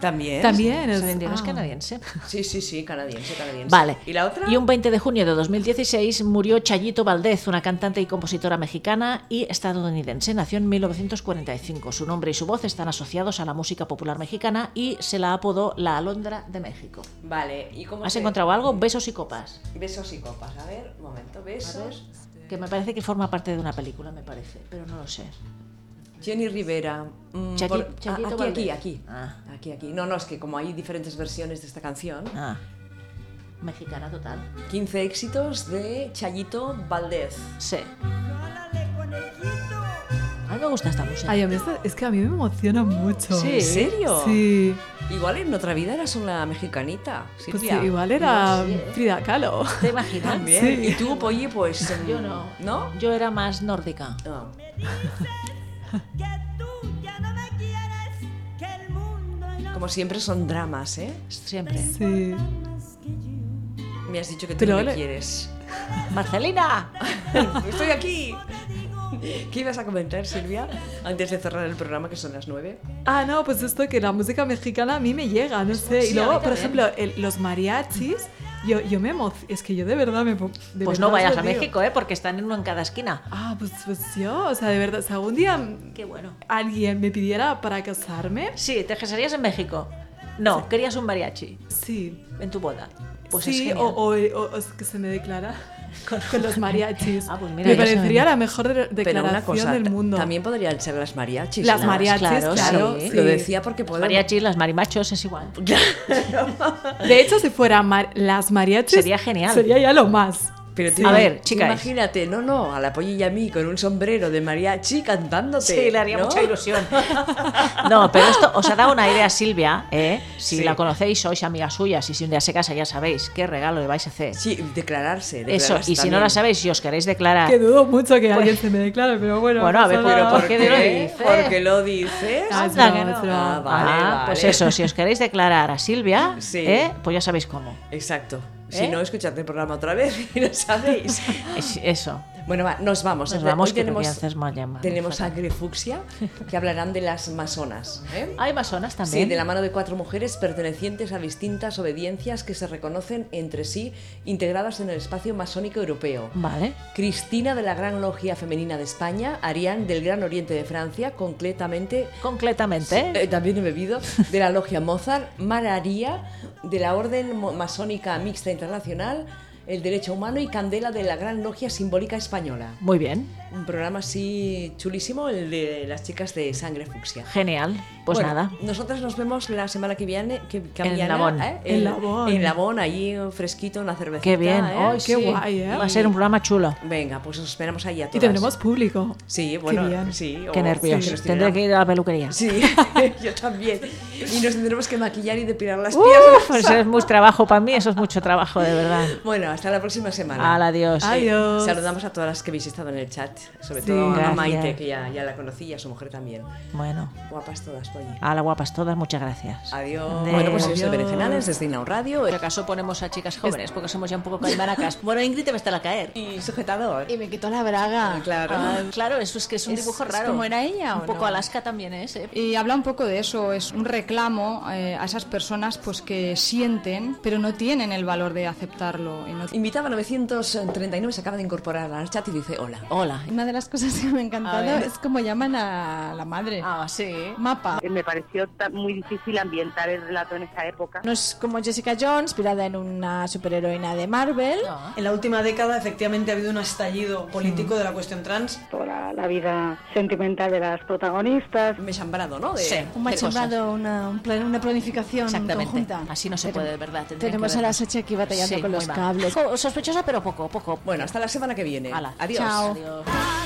Speaker 1: También.
Speaker 3: También es,
Speaker 2: Celine Dion es
Speaker 3: ah.
Speaker 2: canadiense.
Speaker 1: Sí, sí, sí, canadiense, canadiense.
Speaker 2: Vale.
Speaker 1: ¿Y la otra?
Speaker 2: Y un 20 de junio de 2016 murió Chayito Valdez, una cantante y compositora mexicana y estadounidense. Nació en 1945. Su nombre y su voz están asociados a la música popular mexicana y se la apodó la Alondra de México.
Speaker 1: Vale, ¿y cómo
Speaker 2: ¿Has
Speaker 1: se-
Speaker 2: encontrado algo? Besos y copas.
Speaker 1: Besos y copas. A ver, un momento, besos.
Speaker 2: Que me parece que forma parte de una película, me parece, pero no lo sé.
Speaker 1: Jenny Rivera. mm,
Speaker 2: Chaqui-
Speaker 1: por- ah, aquí,
Speaker 2: Chaquito
Speaker 1: aquí,
Speaker 2: Valdés.
Speaker 1: aquí.
Speaker 2: Ah.
Speaker 1: Aquí, aquí. No, no, es que como hay diferentes versiones de esta canción.
Speaker 2: Ah, mexicana total.
Speaker 1: 15 éxitos de Chayito Valdez.
Speaker 2: Sí. A mí me gusta esta música.
Speaker 3: Ay, a mí esto- es que a mí me emociona mucho.
Speaker 2: Sí.
Speaker 1: ¿En serio?
Speaker 3: Sí.
Speaker 1: Igual en otra vida eras una mexicanita,
Speaker 3: Pues sí,
Speaker 1: Silvia.
Speaker 3: igual era
Speaker 2: Sí, ¿eh?
Speaker 3: Frida Kahlo.
Speaker 2: ¿Te imaginas?
Speaker 1: Bien. ¿Y tú, Polly, pues... mm,
Speaker 2: Yo no.
Speaker 1: ¿No?
Speaker 2: Yo era más nórdica.
Speaker 1: Ah. Como siempre son dramas, ¿eh?
Speaker 2: Siempre.
Speaker 3: Sí.
Speaker 1: Me has dicho que tú
Speaker 3: Pero
Speaker 1: no me
Speaker 3: ole.
Speaker 1: quieres.
Speaker 2: Marcelina.
Speaker 1: ¡Estoy aquí! ¿Qué ibas a comentar, Silvia? Antes de cerrar el programa, que son las 9.
Speaker 3: Ah, no, pues esto que la música mexicana a mí me llega, no sé.
Speaker 2: Sí,
Speaker 3: y
Speaker 2: a mí
Speaker 3: luego, por
Speaker 2: también.
Speaker 3: ejemplo, el- los mariachis, yo, yo me emociono. Es que yo de verdad me. po- de
Speaker 2: Pues
Speaker 3: verdad
Speaker 2: no
Speaker 3: os
Speaker 2: vayas
Speaker 3: lo
Speaker 2: a
Speaker 3: digo.
Speaker 2: México, ¿eh? Porque están en uno en cada esquina.
Speaker 3: Ah, pues, pues yo, o sea, de verdad, o sea, un día mm,
Speaker 2: Qué bueno.
Speaker 3: alguien me pidiera para casarme,
Speaker 2: Sí, te casarías en México. No, querías un mariachi
Speaker 3: sí.
Speaker 2: en tu boda. Pues es
Speaker 3: sí,
Speaker 2: genial.
Speaker 3: o, o- o- o que se me declara con, los mariachis.
Speaker 2: Ah, pues mira,
Speaker 3: me
Speaker 2: ya sabemos.
Speaker 3: parecería la mejor de- declaración del
Speaker 1: ta-
Speaker 3: mundo.
Speaker 1: también podrían ser las mariachis.
Speaker 3: Las
Speaker 1: ¿no?
Speaker 3: mariachis,
Speaker 2: claro,
Speaker 3: claro.
Speaker 2: sí.
Speaker 3: sí.
Speaker 1: Lo decía porque
Speaker 2: Los
Speaker 1: puedo...
Speaker 2: mariachis, las marimachos, es igual.
Speaker 3: De hecho, si fueran mar- las mariachis,
Speaker 2: Sería genial.
Speaker 3: Sería ya lo más.
Speaker 1: Pero
Speaker 2: A ver, chicas.
Speaker 1: Imagínate, no, no, a la Polly y a mí con un sombrero de mariachi cantándote.
Speaker 2: Sí, le haría
Speaker 1: ¿no?
Speaker 2: mucha ilusión. No, pero esto os ha dado una idea a Silvia, ¿eh? Si
Speaker 1: Sí.
Speaker 2: la conocéis, sois amigas suyas y si un día se casa ya sabéis qué regalo le vais a hacer.
Speaker 1: Sí, declararse.
Speaker 2: Eso,
Speaker 1: declararse
Speaker 2: y si no la
Speaker 1: también.
Speaker 2: sabéis, si os queréis declarar...
Speaker 3: Que dudo mucho que alguien se me declare, pero bueno.
Speaker 2: Pues Bueno, a ver,
Speaker 3: pasa
Speaker 2: pero
Speaker 3: nada.
Speaker 2: ¿por qué lo dices?
Speaker 1: ¿Por qué lo dices?
Speaker 3: Ah,
Speaker 2: Anda,
Speaker 3: es
Speaker 2: que
Speaker 3: broma,
Speaker 2: no.
Speaker 3: es broma.
Speaker 1: Ah, vale,
Speaker 2: Ah,
Speaker 1: vale.
Speaker 2: Pues eso, si os queréis declarar a Silvia,
Speaker 1: Sí.
Speaker 2: ¿eh? pues ya sabéis cómo.
Speaker 1: Exacto.
Speaker 2: ¿Eh?
Speaker 1: Si no, escuchad el programa otra vez y lo sabéis.
Speaker 2: Es- eso. pues
Speaker 1: Bueno, va, nos vamos.
Speaker 2: Nos
Speaker 1: Pues Hoy
Speaker 2: vamos, que tenemos,
Speaker 1: tenemos,
Speaker 2: hacer más llamadas.
Speaker 1: tenemos a Grifuxia, que hablarán de las masonas. ¿eh?
Speaker 2: Hay masonas Ah, también.
Speaker 1: Sí, de la mano de cuatro mujeres pertenecientes a distintas obediencias que se reconocen entre sí, integradas en el espacio masónico europeo.
Speaker 2: Vale.
Speaker 1: Cristina de la Gran Logia Femenina de España, Arián del Gran Oriente de Francia, concretamente
Speaker 2: Concretamente,
Speaker 1: eh, también he bebido, de la Logia Mozart, Mararía, de la Orden Mo- Masónica Mixta Internacional, el Derecho Humano y Candela de la Gran Logia Simbólica Española.
Speaker 2: muy bien.
Speaker 1: Un programa así chulísimo, el de las chicas de sangre fucsia.
Speaker 2: Genial. Pues
Speaker 1: Bueno,
Speaker 2: nada.
Speaker 1: Nosotras nos vemos la semana que viene. Que, que
Speaker 2: En
Speaker 1: viene,
Speaker 2: Labón.
Speaker 1: ¿eh?
Speaker 3: En Labón.
Speaker 1: En Labón, allí fresquito, una cervecita.
Speaker 2: Qué bien.
Speaker 1: ¿eh?
Speaker 2: Ay,
Speaker 3: Qué
Speaker 2: sí.
Speaker 3: guay, ¿eh?
Speaker 2: Va a ser un programa chulo.
Speaker 1: Venga, pues os esperamos ahí a todas.
Speaker 3: Y tendremos público.
Speaker 1: Sí, bueno,
Speaker 3: bien.
Speaker 1: Oh, sí.
Speaker 2: Qué
Speaker 1: o-
Speaker 2: nervios.
Speaker 1: sí, que nos
Speaker 2: Tendré
Speaker 1: tienen-
Speaker 2: que ir a la peluquería.
Speaker 1: Sí, yo también. Y nos tendremos que maquillar y depilar
Speaker 2: Uh.
Speaker 1: las piernas.
Speaker 2: Uf, eso es mucho trabajo para mí, eso es mucho trabajo, de verdad.
Speaker 1: Bueno, hasta la próxima semana.
Speaker 2: Al adiós.
Speaker 3: Adiós.
Speaker 1: Saludamos a todas las que habéis estado en el chat, sobre
Speaker 3: Sí,
Speaker 1: todo a
Speaker 2: gracias.
Speaker 1: Maite, que ya, ya la conocí, y a su mujer también.
Speaker 2: Bueno,
Speaker 1: Guapas todas, Polly.
Speaker 2: a las guapas todas, muchas gracias.
Speaker 1: Adiós.
Speaker 2: Adiós.
Speaker 1: Bueno, pues yo soy
Speaker 3: Adiós.
Speaker 1: Berenjenales, desde Inau Radio.
Speaker 2: Por acaso ponemos a chicas jóvenes, porque somos ya un poco calmaracas. Bueno, Ingrid te va a estar a caer. Ah,
Speaker 1: Y sujetador.
Speaker 6: Y me quitó la
Speaker 7: Ah,
Speaker 6: braga.
Speaker 1: Claro.
Speaker 2: claro, eso es que es un
Speaker 6: Es-
Speaker 2: dibujo
Speaker 6: es
Speaker 2: raro.
Speaker 6: como era ella,
Speaker 2: Un
Speaker 6: ¿o
Speaker 2: poco
Speaker 6: no?
Speaker 2: Alaska también es, ¿eh?
Speaker 6: Y habla un poco de eso, es un reclamo eh, a esas personas pues que sienten, pero no tienen el valor de aceptarlo. y no-
Speaker 1: Invitaba 939, se acaba de incorporar al chat y dice hola.
Speaker 2: Hola.
Speaker 6: Una de las cosas que me ha encantado
Speaker 2: ver.
Speaker 6: es como llaman a la madre.
Speaker 2: Ah, sí.
Speaker 6: Mapa.
Speaker 8: Eh, Me pareció ta- muy difícil ambientar el relato en esa época.
Speaker 7: No es como Jessica Jones, inspirada en una superheroína de Marvel.
Speaker 2: No.
Speaker 9: En la última década, efectivamente, ha habido un estallido
Speaker 1: Mm.
Speaker 9: político de la cuestión trans.
Speaker 8: Toda la vida sentimental de las protagonistas.
Speaker 1: Me he chambrado, ¿no? De-
Speaker 2: Sí.
Speaker 7: Un
Speaker 2: de cosas.
Speaker 7: machembrado, una, un plan- una planificación
Speaker 2: Exactamente.
Speaker 7: conjunta.
Speaker 2: Así no se
Speaker 7: Tenem-
Speaker 2: puede, de verdad. tendrían
Speaker 7: Tenemos
Speaker 2: que
Speaker 7: a la
Speaker 2: vernos.
Speaker 7: Sochi aquí batallando
Speaker 2: Sí,
Speaker 7: con los
Speaker 2: muy mal.
Speaker 7: cables.
Speaker 2: Co- Sospechosa, pero poco, poco.
Speaker 1: Bueno, hasta la semana que viene.
Speaker 2: Ala.
Speaker 1: Adiós.
Speaker 7: Chao.
Speaker 2: Adiós.